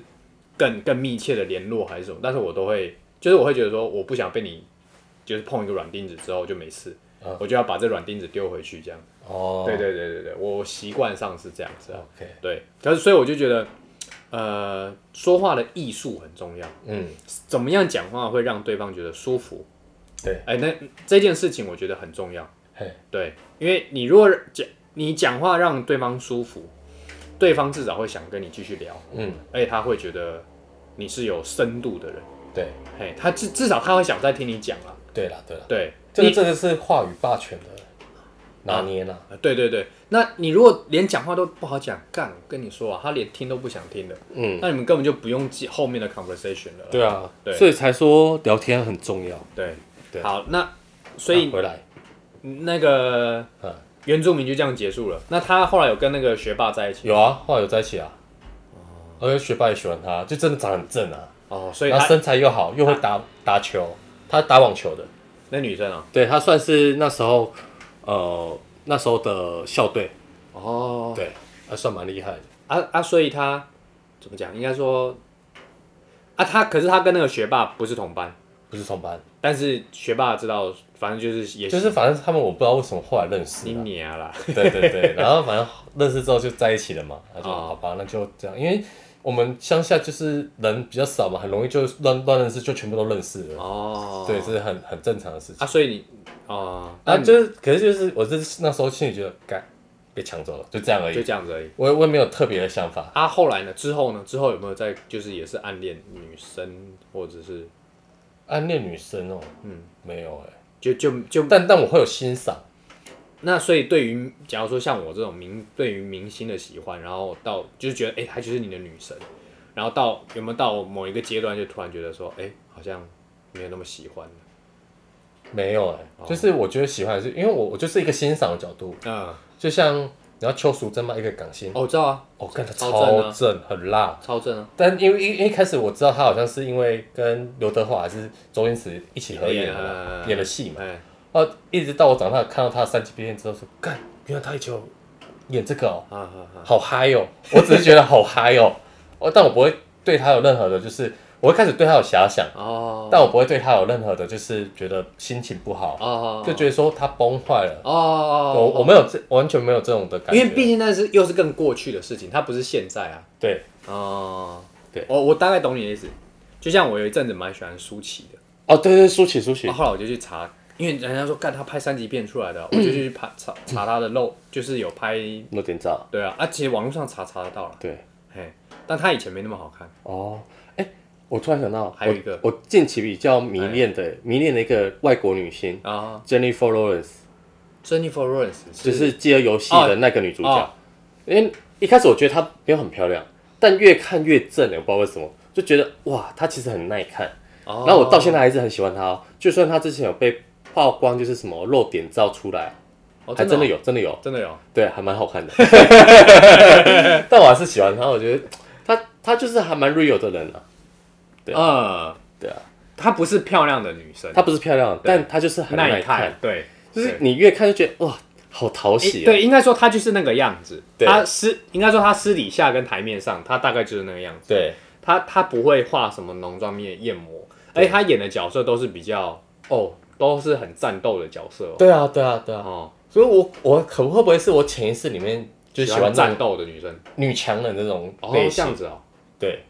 [SPEAKER 1] 更更密切的联络还是什么，但是我都会，就是我会觉得说，我不想被你就是碰一个软钉子之后就没事，
[SPEAKER 2] 嗯
[SPEAKER 1] 我就要把这软钉子丢回去这样。
[SPEAKER 2] 哦，
[SPEAKER 1] 对对对对对，我习惯上是这样子啊。
[SPEAKER 2] ，OK，
[SPEAKER 1] 对，可是所以我就觉得，呃，说话的艺术很重要，
[SPEAKER 2] 嗯，
[SPEAKER 1] 怎么样讲话会让对方觉得舒服？
[SPEAKER 2] 对，
[SPEAKER 1] 哎，那这件事情我觉得很重要。
[SPEAKER 2] 嘿，
[SPEAKER 1] 对，因为你如果讲你讲话让对方舒服，对方至少会想跟你继续聊，
[SPEAKER 2] 嗯，
[SPEAKER 1] 而且他会觉得你是有深度的人，
[SPEAKER 2] 对，
[SPEAKER 1] 嘿，他至至少他会想再听你讲啊。
[SPEAKER 2] 对啦，对啦，
[SPEAKER 1] 对，
[SPEAKER 2] 这个
[SPEAKER 1] 你
[SPEAKER 2] 这个是话语霸权的拿捏啦。
[SPEAKER 1] 啊，对对对，那你如果连讲话都不好讲，干，我跟你说啊，他连听都不想听的，
[SPEAKER 2] 嗯，
[SPEAKER 1] 那你们根本就不用记后面的 conversation 了啦。
[SPEAKER 2] 对啊，
[SPEAKER 1] 对
[SPEAKER 2] 所以才说聊天很重要。
[SPEAKER 1] 对
[SPEAKER 2] 对
[SPEAKER 1] 好，那所以
[SPEAKER 2] 啊回来，
[SPEAKER 1] 那个
[SPEAKER 2] 嗯，
[SPEAKER 1] 原住民就这样结束了。那他后来有跟那个学霸在一起
[SPEAKER 2] 有啊，后来有在一起啊。而且学霸也喜欢他，就真的长得很正啊，
[SPEAKER 1] 哦，所以
[SPEAKER 2] 然后
[SPEAKER 1] 他
[SPEAKER 2] 身材又好，又会打打球，他打网球的，
[SPEAKER 1] 那女生啊，
[SPEAKER 2] 对他算是那时候，呃，那时候的校队，
[SPEAKER 1] 哦，
[SPEAKER 2] 对，还算蛮厉害的。
[SPEAKER 1] 啊啊，所以他怎么讲？应该说啊，他可是他跟那个学霸不是同班，
[SPEAKER 2] 不是同班，
[SPEAKER 1] 但是学霸知道，反正就是也
[SPEAKER 2] 就是反正他们我不知道为什么后来认识
[SPEAKER 1] 你
[SPEAKER 2] 了、
[SPEAKER 1] 娘啦，
[SPEAKER 2] 对对 对，然后反正认识之后就在一起了嘛，那就、
[SPEAKER 1] 哦
[SPEAKER 2] 好吧，那就这样，因为我们乡下就是人比较少嘛，很容易就乱乱认识，就全部都认识 了，
[SPEAKER 1] 哦，
[SPEAKER 2] 对，这是很很正常的事情。
[SPEAKER 1] 啊，所以你哦，
[SPEAKER 2] 啊，
[SPEAKER 1] 那就
[SPEAKER 2] 就是可是就是我是那时候心里觉得，该被抢走了，就这样而
[SPEAKER 1] 就
[SPEAKER 2] 已，
[SPEAKER 1] 这样子而已。
[SPEAKER 2] 我我也没有特别的想法，
[SPEAKER 1] 啊，后来呢？之后呢？之后有没有在就是也是暗恋女生，或者是
[SPEAKER 2] 暗恋女生哦，
[SPEAKER 1] 嗯，
[SPEAKER 2] 没有哎、
[SPEAKER 1] 就就就
[SPEAKER 2] 但但我会有欣赏，
[SPEAKER 1] 那所以对于假如说像我这种明对于明星的喜欢，然后到就是觉得哎、她就是你的女神，然后到有没有到某一个阶段就突然觉得说哎、好像没有那么喜欢了？
[SPEAKER 2] 没有哎、
[SPEAKER 1] 哦
[SPEAKER 2] 就是我觉得喜欢的是，因为我我就是一个欣赏的角度，
[SPEAKER 1] 嗯，
[SPEAKER 2] 就像你要邱淑贞嘛，一个港星，
[SPEAKER 1] 哦，我知道啊，
[SPEAKER 2] 哦，看他
[SPEAKER 1] 超正
[SPEAKER 2] 超
[SPEAKER 1] 啊
[SPEAKER 2] 正，很辣。
[SPEAKER 1] 超正啊，
[SPEAKER 2] 但因为一一开始我知道他好像是因为跟刘德华还是周星驰一起合演的
[SPEAKER 1] 哎
[SPEAKER 2] 嘛
[SPEAKER 1] 呀
[SPEAKER 2] 演的戏嘛，
[SPEAKER 1] 哎、
[SPEAKER 2] 然后哦一直到我长大看到他的三级片之后说，干，原来他以前有演这个哦，
[SPEAKER 1] 啊啊啊，
[SPEAKER 2] 好嗨哦！我只是觉得好嗨哦， 哦，但我不会对他有任何的，就是我会开始对他有遐想，
[SPEAKER 1] 哦，
[SPEAKER 2] 但我不会对他有任何的，就是觉得心情不好，
[SPEAKER 1] 哦，
[SPEAKER 2] 就觉得说他崩坏了。
[SPEAKER 1] 哦哦，
[SPEAKER 2] 我我没有这完全没有这种的感觉，
[SPEAKER 1] 因为毕竟那是又是更过去的事情，它不是现在啊。
[SPEAKER 2] 对
[SPEAKER 1] 哦，
[SPEAKER 2] 对
[SPEAKER 1] 我我大概懂你的意思。就像我有一阵子蛮喜欢舒淇的，
[SPEAKER 2] 哦对对，舒淇舒淇
[SPEAKER 1] 然后后来我就去查，因为人家说干他拍三级片出来的，我就去
[SPEAKER 2] 嗯
[SPEAKER 1] 拍查查他的漏，就是有拍
[SPEAKER 2] 那点照，
[SPEAKER 1] 对啊，啊其实网络上查查得到了，
[SPEAKER 2] 对。
[SPEAKER 1] 嘿，但他以前没那么好看
[SPEAKER 2] 哦，哎，我突然想到，
[SPEAKER 1] 还有一个
[SPEAKER 2] 我，我近期比较迷恋的，迷恋的一个外国女星
[SPEAKER 1] 啊。
[SPEAKER 2] Jennifer Lawrence，
[SPEAKER 1] Jennifer Lawrence
[SPEAKER 2] 就是《饥饿游戏》的那个女主
[SPEAKER 1] 哦
[SPEAKER 2] 角。因为一开始我觉得她没有很漂亮，但越看越正，我不知道为什么，就觉得哇，她其实很耐看。
[SPEAKER 1] 哦
[SPEAKER 2] 然后我到现在还是很喜欢她哦，就算她之前有被曝光，就是什么露点照出来，
[SPEAKER 1] 哦
[SPEAKER 2] 还真的
[SPEAKER 1] 有
[SPEAKER 2] 有，真的有，
[SPEAKER 1] 真的有
[SPEAKER 2] 对，还蛮好 看的。 但我还是喜欢她，我觉得她她就是还蛮 real 的人啊，对
[SPEAKER 1] 嗯，
[SPEAKER 2] 对啊。
[SPEAKER 1] 她不是漂亮的女生，
[SPEAKER 2] 她不是漂亮，
[SPEAKER 1] 对
[SPEAKER 2] 但她就是很耐看，
[SPEAKER 1] 看对，
[SPEAKER 2] 就是你越看就觉得哇，好讨喜、啊。
[SPEAKER 1] 对，应该说他就是那个样子。
[SPEAKER 2] 对
[SPEAKER 1] 他私应该说他私底下跟台面上，他大概就是那个样子。
[SPEAKER 2] 对
[SPEAKER 1] 他他不会画什么浓妆面艳抹，而且他演的角色都是比较哦，都是很战斗的角色哦。
[SPEAKER 2] 对啊，对啊，对啊。
[SPEAKER 1] 哦，
[SPEAKER 2] 所以我我可不会不会是我潜意识里面就
[SPEAKER 1] 喜
[SPEAKER 2] 喜
[SPEAKER 1] 欢
[SPEAKER 2] 欢
[SPEAKER 1] 战
[SPEAKER 2] 战
[SPEAKER 1] 斗的女生。
[SPEAKER 2] 女强人这种
[SPEAKER 1] 哦，
[SPEAKER 2] 类
[SPEAKER 1] 这
[SPEAKER 2] 型？
[SPEAKER 1] 样子哦。
[SPEAKER 2] 对，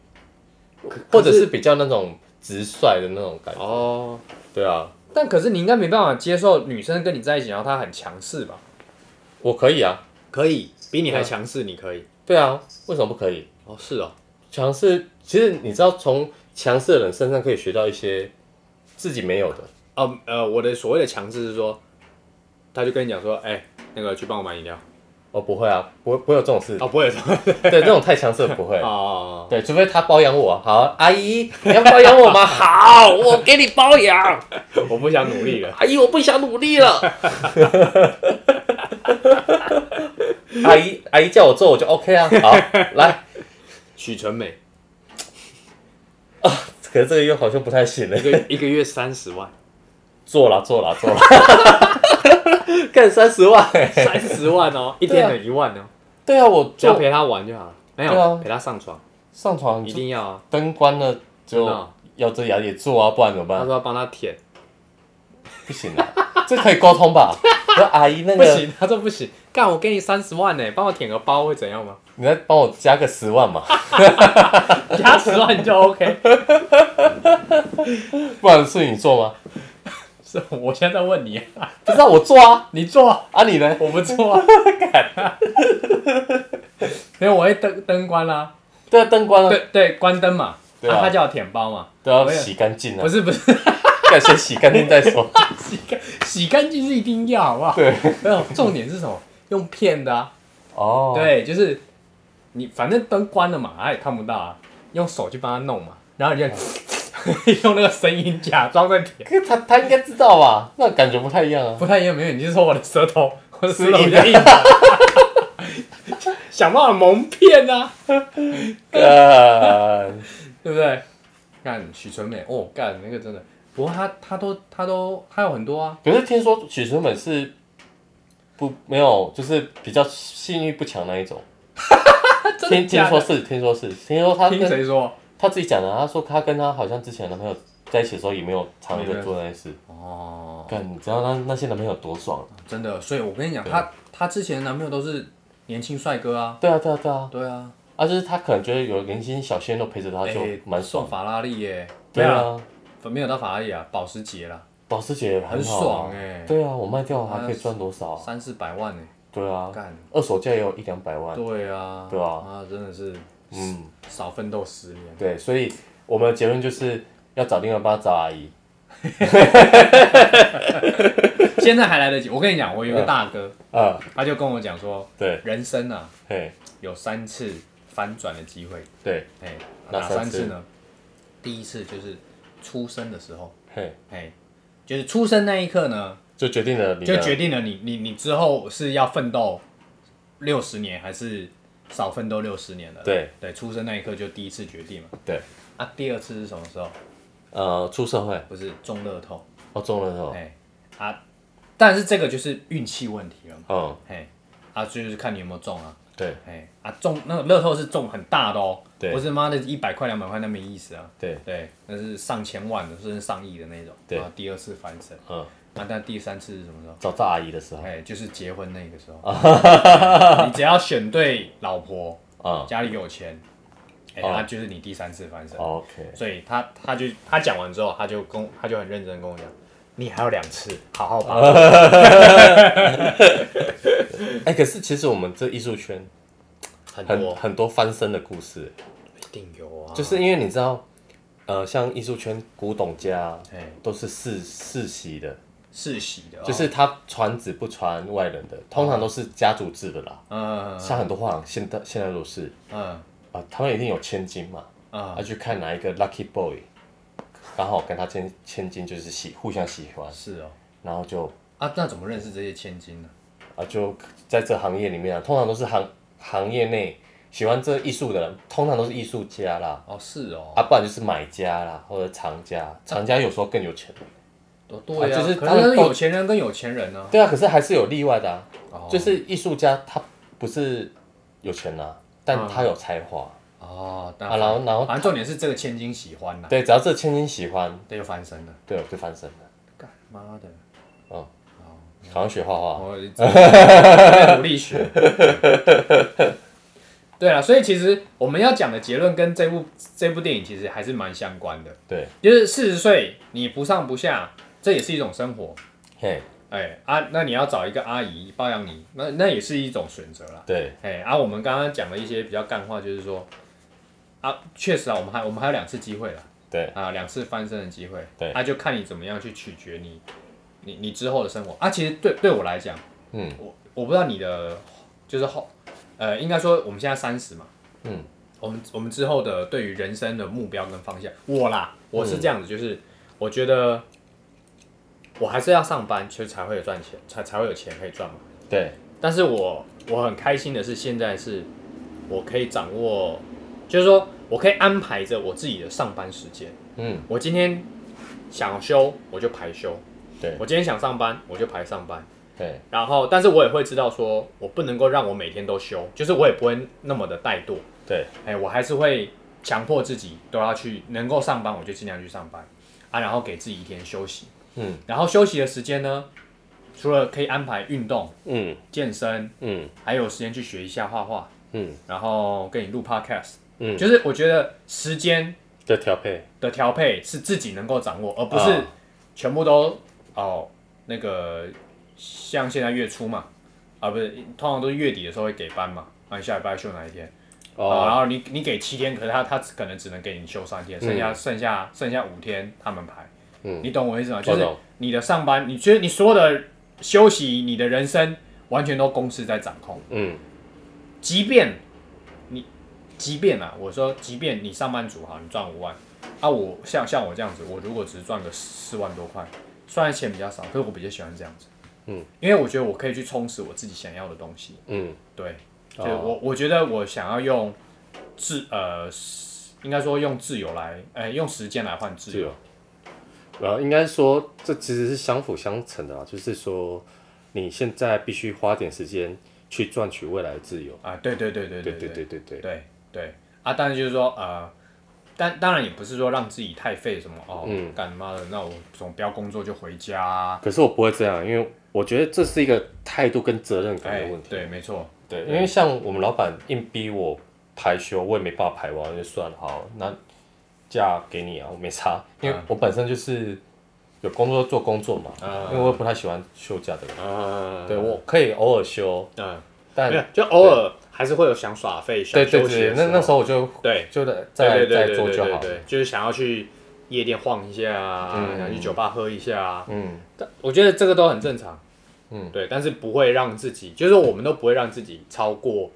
[SPEAKER 1] 可
[SPEAKER 2] 或者是比较那种直率的那种感觉。
[SPEAKER 1] 哦，
[SPEAKER 2] 对啊，
[SPEAKER 1] 但可是你应该没办法接受女生跟你在一起，然后她很强势吧？
[SPEAKER 2] 我可以啊。
[SPEAKER 1] 可以，比你还
[SPEAKER 2] 对啊
[SPEAKER 1] 强势，你可以。
[SPEAKER 2] 对啊，为什么不可以？
[SPEAKER 1] 哦，是哦。
[SPEAKER 2] 强势，其实你知道，从强势的人身上可以学到一些自己没有的。
[SPEAKER 1] 哦，呃，我的所谓的强势是说，他就跟你讲说，哎、那个去帮我买饮料。
[SPEAKER 2] 哦，不会啊，不会不会有这种事。
[SPEAKER 1] 哦，不会有这种。
[SPEAKER 2] 对，那种太强势的不会。
[SPEAKER 1] 哦，
[SPEAKER 2] 对，除非他包养我，好，阿姨，你要包养我吗？ 好，我给你包养。
[SPEAKER 1] 我不想努力了。
[SPEAKER 2] 阿姨，我不想努力了。 阿姨，阿姨叫我做，我就 OK 啊。好，来，
[SPEAKER 1] 许纯美
[SPEAKER 2] 可是这个又好像不太行了
[SPEAKER 1] 一。个一个月三十 万，
[SPEAKER 2] 做了，做了，做 了，干三十万、欸。
[SPEAKER 1] 三十万哦，一
[SPEAKER 2] 对
[SPEAKER 1] 天
[SPEAKER 2] 啊
[SPEAKER 1] 等一万哦，
[SPEAKER 2] 对啊，我
[SPEAKER 1] 只要
[SPEAKER 2] 做
[SPEAKER 1] 陪他玩就好了。没有、
[SPEAKER 2] 对啊
[SPEAKER 1] 陪他上床，
[SPEAKER 2] 上床
[SPEAKER 1] 一
[SPEAKER 2] 一
[SPEAKER 1] 定
[SPEAKER 2] 定
[SPEAKER 1] 要啊。
[SPEAKER 2] 灯关了
[SPEAKER 1] 真
[SPEAKER 2] 就
[SPEAKER 1] 的哦
[SPEAKER 2] 咬着牙也做啊，不然怎么
[SPEAKER 1] 他
[SPEAKER 2] 办？
[SPEAKER 1] 说要帮他舔，
[SPEAKER 2] 不行啊，这可以沟通吧？说阿姨那
[SPEAKER 1] 不
[SPEAKER 2] 个，
[SPEAKER 1] 行，他说不行。干，我给你三十万呢，帮我舔个包会怎样 吗？
[SPEAKER 2] 你再帮我加个十万嘛，
[SPEAKER 1] 加十万就 OK。
[SPEAKER 2] 不然是你做吗？
[SPEAKER 1] 是，我现在在问你、啊，
[SPEAKER 2] 不知道我做啊，
[SPEAKER 1] 你做啊，
[SPEAKER 2] 啊你呢？
[SPEAKER 1] 我不做 啊。因为我会灯灯关啦、
[SPEAKER 2] 对啊，灯关了，
[SPEAKER 1] 对对，关灯嘛。
[SPEAKER 2] 对啊
[SPEAKER 1] 他叫我舔包嘛？
[SPEAKER 2] 都要
[SPEAKER 1] 我也
[SPEAKER 2] 洗干净啊
[SPEAKER 1] 不。是不是，
[SPEAKER 2] 要先洗干净再 说。
[SPEAKER 1] 洗干洗干净是一定要，好不好？
[SPEAKER 2] 对，
[SPEAKER 1] 没有重点是什么？用骗的啊，
[SPEAKER 2] 哦，，
[SPEAKER 1] 对，就是你反正灯关了嘛，他也看不到啊，用手去帮他弄嘛，然后你就 用那个声音假装在舔，
[SPEAKER 2] 可是他他应该知道吧？那感觉不太一样啊。
[SPEAKER 1] 不太一样，没有，你是说我的舌头， 我的舌头
[SPEAKER 2] 是
[SPEAKER 1] 比
[SPEAKER 2] 硬
[SPEAKER 1] 较
[SPEAKER 2] 的
[SPEAKER 1] 硬啊， 想办法蒙骗啊，
[SPEAKER 2] 干
[SPEAKER 1] 对不对？干许纯美，哦，干那个真的，不过他他都他都还有很多啊，
[SPEAKER 2] 可是听说许纯本是不没有，就是比较性欲不强那一种。
[SPEAKER 1] 他真的
[SPEAKER 2] 听听
[SPEAKER 1] 假
[SPEAKER 2] 说
[SPEAKER 1] 的？
[SPEAKER 2] 是，听说是，听说他
[SPEAKER 1] 听
[SPEAKER 2] 跟
[SPEAKER 1] 谁说？
[SPEAKER 2] 他自己讲的，啊他说他跟他好像之前的男朋友在一起的时候也没有尝试做那些事。
[SPEAKER 1] 哦，
[SPEAKER 2] 干，你知道那那些男朋友多爽、啊？
[SPEAKER 1] 真的，所以我跟你讲，她她之前的男朋友都是年轻帅哥啊，
[SPEAKER 2] 对啊，对啊，对啊，
[SPEAKER 1] 对啊，
[SPEAKER 2] 啊，就是他可能觉得有年轻小鲜肉陪着他就
[SPEAKER 1] 诶
[SPEAKER 2] 蛮
[SPEAKER 1] 送
[SPEAKER 2] 爽的。
[SPEAKER 1] 法拉利耶，
[SPEAKER 2] 哎对
[SPEAKER 1] 没有
[SPEAKER 2] 啊，
[SPEAKER 1] 啦，没有到法拉利啊，保时捷啦，
[SPEAKER 2] 保时捷
[SPEAKER 1] 很
[SPEAKER 2] 好、啊，
[SPEAKER 1] 爽哎
[SPEAKER 2] 对啊，我卖掉还可以赚多少、啊？
[SPEAKER 1] 三四百万呢，
[SPEAKER 2] 对啊，
[SPEAKER 1] 干，
[SPEAKER 2] 二手价也有一两百万。
[SPEAKER 1] 对啊，
[SPEAKER 2] 对啊
[SPEAKER 1] 啊，真的是
[SPEAKER 2] 嗯，
[SPEAKER 1] 少奋斗十年，
[SPEAKER 2] 对，所以我们的结论就是要找另外一半找阿姨。
[SPEAKER 1] 现在还来得及。我跟你讲，我有一个大哥，
[SPEAKER 2] 啊，
[SPEAKER 1] 他就跟我讲说，
[SPEAKER 2] 对，
[SPEAKER 1] 人生啊
[SPEAKER 2] 嘿，
[SPEAKER 1] 有三次翻转的机会，
[SPEAKER 2] 对，
[SPEAKER 1] 哎，
[SPEAKER 2] 哪
[SPEAKER 1] 哪
[SPEAKER 2] 三
[SPEAKER 1] 三次
[SPEAKER 2] 次
[SPEAKER 1] 呢？第一次就是出生的时候，
[SPEAKER 2] 嘿，
[SPEAKER 1] 哎，就是出生那一刻呢。
[SPEAKER 2] 就决定了你
[SPEAKER 1] 就
[SPEAKER 2] 的
[SPEAKER 1] 决定了你你你之后是要奋斗六十年，还是少奋斗六十年了？
[SPEAKER 2] 对
[SPEAKER 1] 对，出生那一刻就第一次决定嘛。
[SPEAKER 2] 对，
[SPEAKER 1] 啊，第二次是什么时候？
[SPEAKER 2] 呃，出社会，
[SPEAKER 1] 不是中乐透，
[SPEAKER 2] 哦，中了是吧？
[SPEAKER 1] 哎、啊，但是这个就是运气问题了嘛，
[SPEAKER 2] 嗯，
[SPEAKER 1] 哎、啊，就是看你有没有中啊，
[SPEAKER 2] 对
[SPEAKER 1] 哎、啊中那个乐透是中很大的哦，
[SPEAKER 2] 对
[SPEAKER 1] 不是妈的一百块两百块那没意思啊，
[SPEAKER 2] 对，
[SPEAKER 1] 对，那是上千万的，甚至上亿的那种，
[SPEAKER 2] 对
[SPEAKER 1] 啊，第二次翻身，
[SPEAKER 2] 嗯，
[SPEAKER 1] 啊，但第三次是什么时候？
[SPEAKER 2] 找赵阿姨的时候，
[SPEAKER 1] 哎，就是结婚那个时候， 你只要选对老婆，
[SPEAKER 2] 啊、
[SPEAKER 1] 家里有钱，哎，
[SPEAKER 2] 哦
[SPEAKER 1] 那就是你第三次翻身。
[SPEAKER 2] o k
[SPEAKER 1] 所以他他就他讲完之后，他就跟他就很认真地跟我讲，你还有两次，好好把 握。
[SPEAKER 2] 哎、可是其实我们这艺术圈
[SPEAKER 1] 很
[SPEAKER 2] 很
[SPEAKER 1] 多
[SPEAKER 2] 很多翻身的故事，
[SPEAKER 1] 一定有啊，
[SPEAKER 2] 就是因为你知道，呃，像艺术圈古董家
[SPEAKER 1] 哎
[SPEAKER 2] 都是世世袭的，
[SPEAKER 1] 世袭的哦，哦
[SPEAKER 2] 就是他传子不传外人的，通常都是家族制的啦。
[SPEAKER 1] 嗯
[SPEAKER 2] 像很多画廊现在现在都是
[SPEAKER 1] 嗯
[SPEAKER 2] 啊、他们一定有千金嘛，
[SPEAKER 1] 嗯，
[SPEAKER 2] 要去看哪一个 lucky boy，刚好跟他千千金就是喜互相喜欢，
[SPEAKER 1] 是哦。
[SPEAKER 2] 然后就
[SPEAKER 1] 啊，那怎么认识这些千金呢？
[SPEAKER 2] 啊，就在这行业里面啊，通常都是行行业内喜欢这艺术的人，通常都是艺术家啦，
[SPEAKER 1] 哦，是哦，
[SPEAKER 2] 啊，不然就是买家啦，或者藏家，藏家有时候更有钱。
[SPEAKER 1] 哦对啊，
[SPEAKER 2] 啊就是
[SPEAKER 1] 可
[SPEAKER 2] 他们
[SPEAKER 1] 是
[SPEAKER 2] 都
[SPEAKER 1] 有钱人跟有钱人呢，
[SPEAKER 2] 对啊，可是还是有例外的啊，
[SPEAKER 1] 哦
[SPEAKER 2] 就是艺术家他不是有钱啦、但他有才华、
[SPEAKER 1] 哦，
[SPEAKER 2] 啊，
[SPEAKER 1] 当
[SPEAKER 2] 然
[SPEAKER 1] 然，
[SPEAKER 2] 后然后
[SPEAKER 1] 反正重点是这个千金喜欢呐，
[SPEAKER 2] 对，只要这千金喜欢，
[SPEAKER 1] 这就翻身了。
[SPEAKER 2] 对，我就翻身了。
[SPEAKER 1] 干妈的，哦
[SPEAKER 2] 好像学画画，
[SPEAKER 1] 我 在努力学。对啊，所以其实我们要讲的结论跟这部这部电影其实还是蛮相关的，
[SPEAKER 2] 对，
[SPEAKER 1] 就是四十岁你不上不下，这也是一种生活。
[SPEAKER 2] 嘿，
[SPEAKER 1] 哎啊，那你要找一个阿姨包养你，那那也是一种选择啦。
[SPEAKER 2] 对，
[SPEAKER 1] 哎啊，我们刚刚讲了一些比较干话，就是说啊，确实啊，我们还我们还有两次机会啦。
[SPEAKER 2] 对，
[SPEAKER 1] 啊，两次翻身的机会，
[SPEAKER 2] 对
[SPEAKER 1] 那、就看你怎么样去取决你，你你之后的生活啊。其实对对我来讲，
[SPEAKER 2] 嗯，
[SPEAKER 1] 我我不知道你的就是后，呃，应该说我们现在三十嘛，
[SPEAKER 2] 嗯，
[SPEAKER 1] 我们我们之后的对于人生的目标跟方向，我啦，
[SPEAKER 2] 嗯
[SPEAKER 1] 我是这样子，就是我觉得我还是要上班，其实才会有赚钱，才才会有钱可以赚嘛。
[SPEAKER 2] 对，
[SPEAKER 1] 但是我我很开心的是，现在是我可以掌握，就是说我可以安排着我自己的上班时间。
[SPEAKER 2] 嗯，
[SPEAKER 1] 我今天想休我就排休，
[SPEAKER 2] 对，
[SPEAKER 1] 我今天想上班我就排上班。
[SPEAKER 2] 对，
[SPEAKER 1] 然后，但是我也会知道说，我不能够让我每天都休，就是我也不会那么的怠惰。
[SPEAKER 2] 对，
[SPEAKER 1] 哎，我还是会强迫自己都要去，能够上班我就尽量去上班啊，然后给自己一天休息。
[SPEAKER 2] 嗯，
[SPEAKER 1] 然后休息的时间呢，除了可以安排运动、
[SPEAKER 2] 嗯，
[SPEAKER 1] 健身，
[SPEAKER 2] 嗯，
[SPEAKER 1] 还有时间去学一下画画，
[SPEAKER 2] 嗯，
[SPEAKER 1] 然后跟你录 podcast。
[SPEAKER 2] 嗯
[SPEAKER 1] 就是我觉得时间
[SPEAKER 2] 这调配，
[SPEAKER 1] 的调配是自己能够掌握，而不是
[SPEAKER 2] 啊
[SPEAKER 1] 全部都哦那个像现在月初嘛，啊不是，通常都是月底的时候会给班嘛，啊你下礼拜休哪一天？啊，然
[SPEAKER 2] 哦，
[SPEAKER 1] 后你
[SPEAKER 2] 嗯
[SPEAKER 1] 你给七天，可是他他可能只能给你休三天，剩下、剩下剩下五天他们排，嗯，
[SPEAKER 3] 你懂我意思吗？
[SPEAKER 2] 我
[SPEAKER 3] 就是
[SPEAKER 2] 懂，
[SPEAKER 3] 你的上班，你觉得你所有的休息，你的人生完全都公司在掌控。
[SPEAKER 2] 嗯，
[SPEAKER 3] 即便你，即便啊，我说，即便你上班族好，你赚五万，啊我，像像我这样子，我如果只赚个四万多块，虽然钱比较少，可是我比较喜欢这样子，
[SPEAKER 2] 嗯，
[SPEAKER 3] 因为我觉得我可以去充实我自己想要的东西，
[SPEAKER 2] 嗯，
[SPEAKER 3] 对，就
[SPEAKER 2] 哦
[SPEAKER 3] 是我我觉得我想要用自呃，应该说用自由来，呃，用时间来换自
[SPEAKER 2] 自
[SPEAKER 3] 由，
[SPEAKER 2] 由。然哦呃后应该说，这其实是相辅相成的啊，就是说，你现在必须花点时间去赚取未来的自由。
[SPEAKER 3] 啊，对对对对
[SPEAKER 2] 对
[SPEAKER 3] 对
[SPEAKER 2] 对对对对，
[SPEAKER 3] 对对啊，但是就是说呃，但当然也不是说让自己太废什么哦，
[SPEAKER 2] 嗯
[SPEAKER 3] 干妈的，那我总不要工作就回家、啊，
[SPEAKER 2] 可是我不会这样，因为我觉得这是一个态度跟责任感
[SPEAKER 3] 哎
[SPEAKER 2] 的问，题。
[SPEAKER 3] 对，没错，
[SPEAKER 2] 对，因为像我们老板硬逼我排休，我也没办法排完，我就算了好，那假给你啊，我没差，因为
[SPEAKER 3] 嗯
[SPEAKER 2] 我本身就是有工作做工作嘛，
[SPEAKER 3] 嗯
[SPEAKER 2] 因为我也不太喜欢休假的人。
[SPEAKER 1] 啊，
[SPEAKER 2] 对，我可以偶尔休，
[SPEAKER 1] 嗯，
[SPEAKER 2] 但
[SPEAKER 1] 没有，就偶尔还是会有想耍废、想
[SPEAKER 2] 对对
[SPEAKER 1] 休息
[SPEAKER 2] 对，
[SPEAKER 1] 的
[SPEAKER 2] 那那时
[SPEAKER 1] 候，
[SPEAKER 2] 候我就
[SPEAKER 1] 对，
[SPEAKER 2] 就在
[SPEAKER 1] 对
[SPEAKER 2] 再
[SPEAKER 1] 对
[SPEAKER 2] 再
[SPEAKER 1] 对
[SPEAKER 2] 做
[SPEAKER 1] 对
[SPEAKER 2] 就
[SPEAKER 1] 对
[SPEAKER 2] 好。
[SPEAKER 1] 对，就是想要去夜店晃一下啊，想去酒吧喝一下啊，
[SPEAKER 2] 嗯，
[SPEAKER 1] 但我觉得这个都很正常，
[SPEAKER 2] 嗯
[SPEAKER 1] 对，但是不会让自己，就是我们都不会让自己超过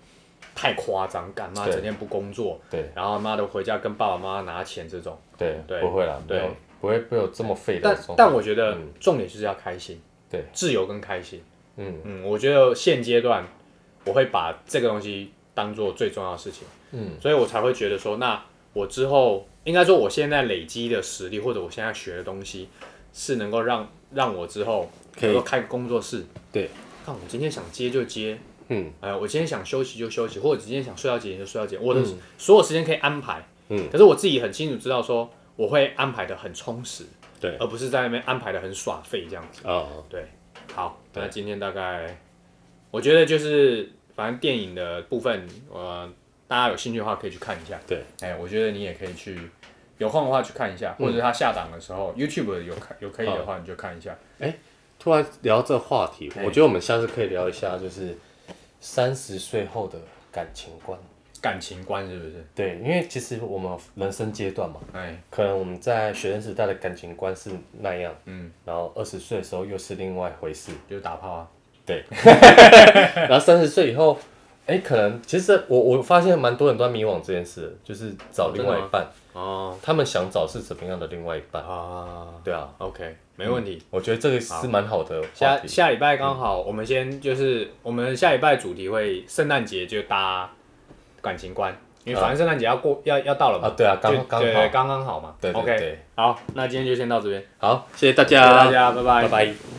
[SPEAKER 1] 太夸张，干嘛
[SPEAKER 2] 对
[SPEAKER 1] 整天不工作，
[SPEAKER 2] 对
[SPEAKER 1] 然后妈的回家跟爸爸妈妈拿钱这种，
[SPEAKER 2] 对
[SPEAKER 1] 对
[SPEAKER 2] 不会啦，没
[SPEAKER 1] 对
[SPEAKER 2] 有不会不会有这么废的
[SPEAKER 1] 但
[SPEAKER 2] 状况。
[SPEAKER 1] 但我觉得
[SPEAKER 2] 嗯
[SPEAKER 1] 重点就是要开心，
[SPEAKER 2] 对，
[SPEAKER 1] 自由跟开心，
[SPEAKER 2] 嗯
[SPEAKER 1] 嗯，我觉得现阶段我会把这个东西当做最重要的事情。
[SPEAKER 2] 嗯
[SPEAKER 1] 所以我才会觉得说，那我之后应该说我现在累积的实力，或者我现在学的东西，是能够让让我之后
[SPEAKER 2] 可以
[SPEAKER 1] 能够开个工作室。
[SPEAKER 2] 对，
[SPEAKER 1] 看我今天想接就接，
[SPEAKER 2] 嗯
[SPEAKER 1] 哎、我今天想休息就休息，或者今天想睡到几点就睡到几点，我的
[SPEAKER 2] 嗯
[SPEAKER 1] 所有时间可以安排。
[SPEAKER 2] 嗯
[SPEAKER 1] 可是我自己很清楚知道说，我会安排的很充实，
[SPEAKER 2] 对
[SPEAKER 1] 而不是在那边安排的很耍废这样子。
[SPEAKER 2] 啊
[SPEAKER 1] 对，好，
[SPEAKER 2] 对
[SPEAKER 1] 那今天大概，我觉得就是反正电影的部分，呃，大家有兴趣的话可以去看一下。
[SPEAKER 2] 对，
[SPEAKER 3] 哎，我觉得你也可以去。有空的话去看一
[SPEAKER 2] 嗯
[SPEAKER 3] 下，或者他下档的时候、y o u t u b e 有看有可以的话你就看一下。
[SPEAKER 2] 突然聊这话题，
[SPEAKER 3] 哎
[SPEAKER 2] 我觉得我们下次可以聊一下，就是三十岁后的感情观。
[SPEAKER 3] 感情观是不是？
[SPEAKER 2] 对，因为其实我们人生阶段嘛，
[SPEAKER 3] 哎，
[SPEAKER 2] 可能我们在学生时代的感情观是那样，
[SPEAKER 3] 嗯，
[SPEAKER 2] 然后二十岁的时候又是另外一回 事，
[SPEAKER 3] 就是打炮啊。
[SPEAKER 2] 对，然后三十岁以后，哎，可能其实我我发现蛮多人都在迷惘这件事，就是找另外一半，
[SPEAKER 1] 哦
[SPEAKER 2] 他们想找是怎么样的另外一半，
[SPEAKER 1] 啊
[SPEAKER 2] 对啊，
[SPEAKER 1] ，OK，没问题。
[SPEAKER 2] 我觉得这个是蛮好的话
[SPEAKER 1] 下
[SPEAKER 2] 题，
[SPEAKER 1] 下礼拜刚好，我们先就是我们下礼拜主题会圣诞节就搭感情观，因为反正圣诞节要过要要到了
[SPEAKER 2] 啊
[SPEAKER 1] 嘛，，
[SPEAKER 2] 对啊，
[SPEAKER 1] 就
[SPEAKER 2] 刚刚
[SPEAKER 1] 对对
[SPEAKER 2] 好，
[SPEAKER 1] 刚刚好嘛。
[SPEAKER 2] 对对
[SPEAKER 1] OK，
[SPEAKER 2] 对
[SPEAKER 1] 好，那今天就先到这边，
[SPEAKER 2] 好，谢谢大
[SPEAKER 1] 谢谢
[SPEAKER 2] 家，
[SPEAKER 1] 大家，拜拜
[SPEAKER 2] 拜。拜。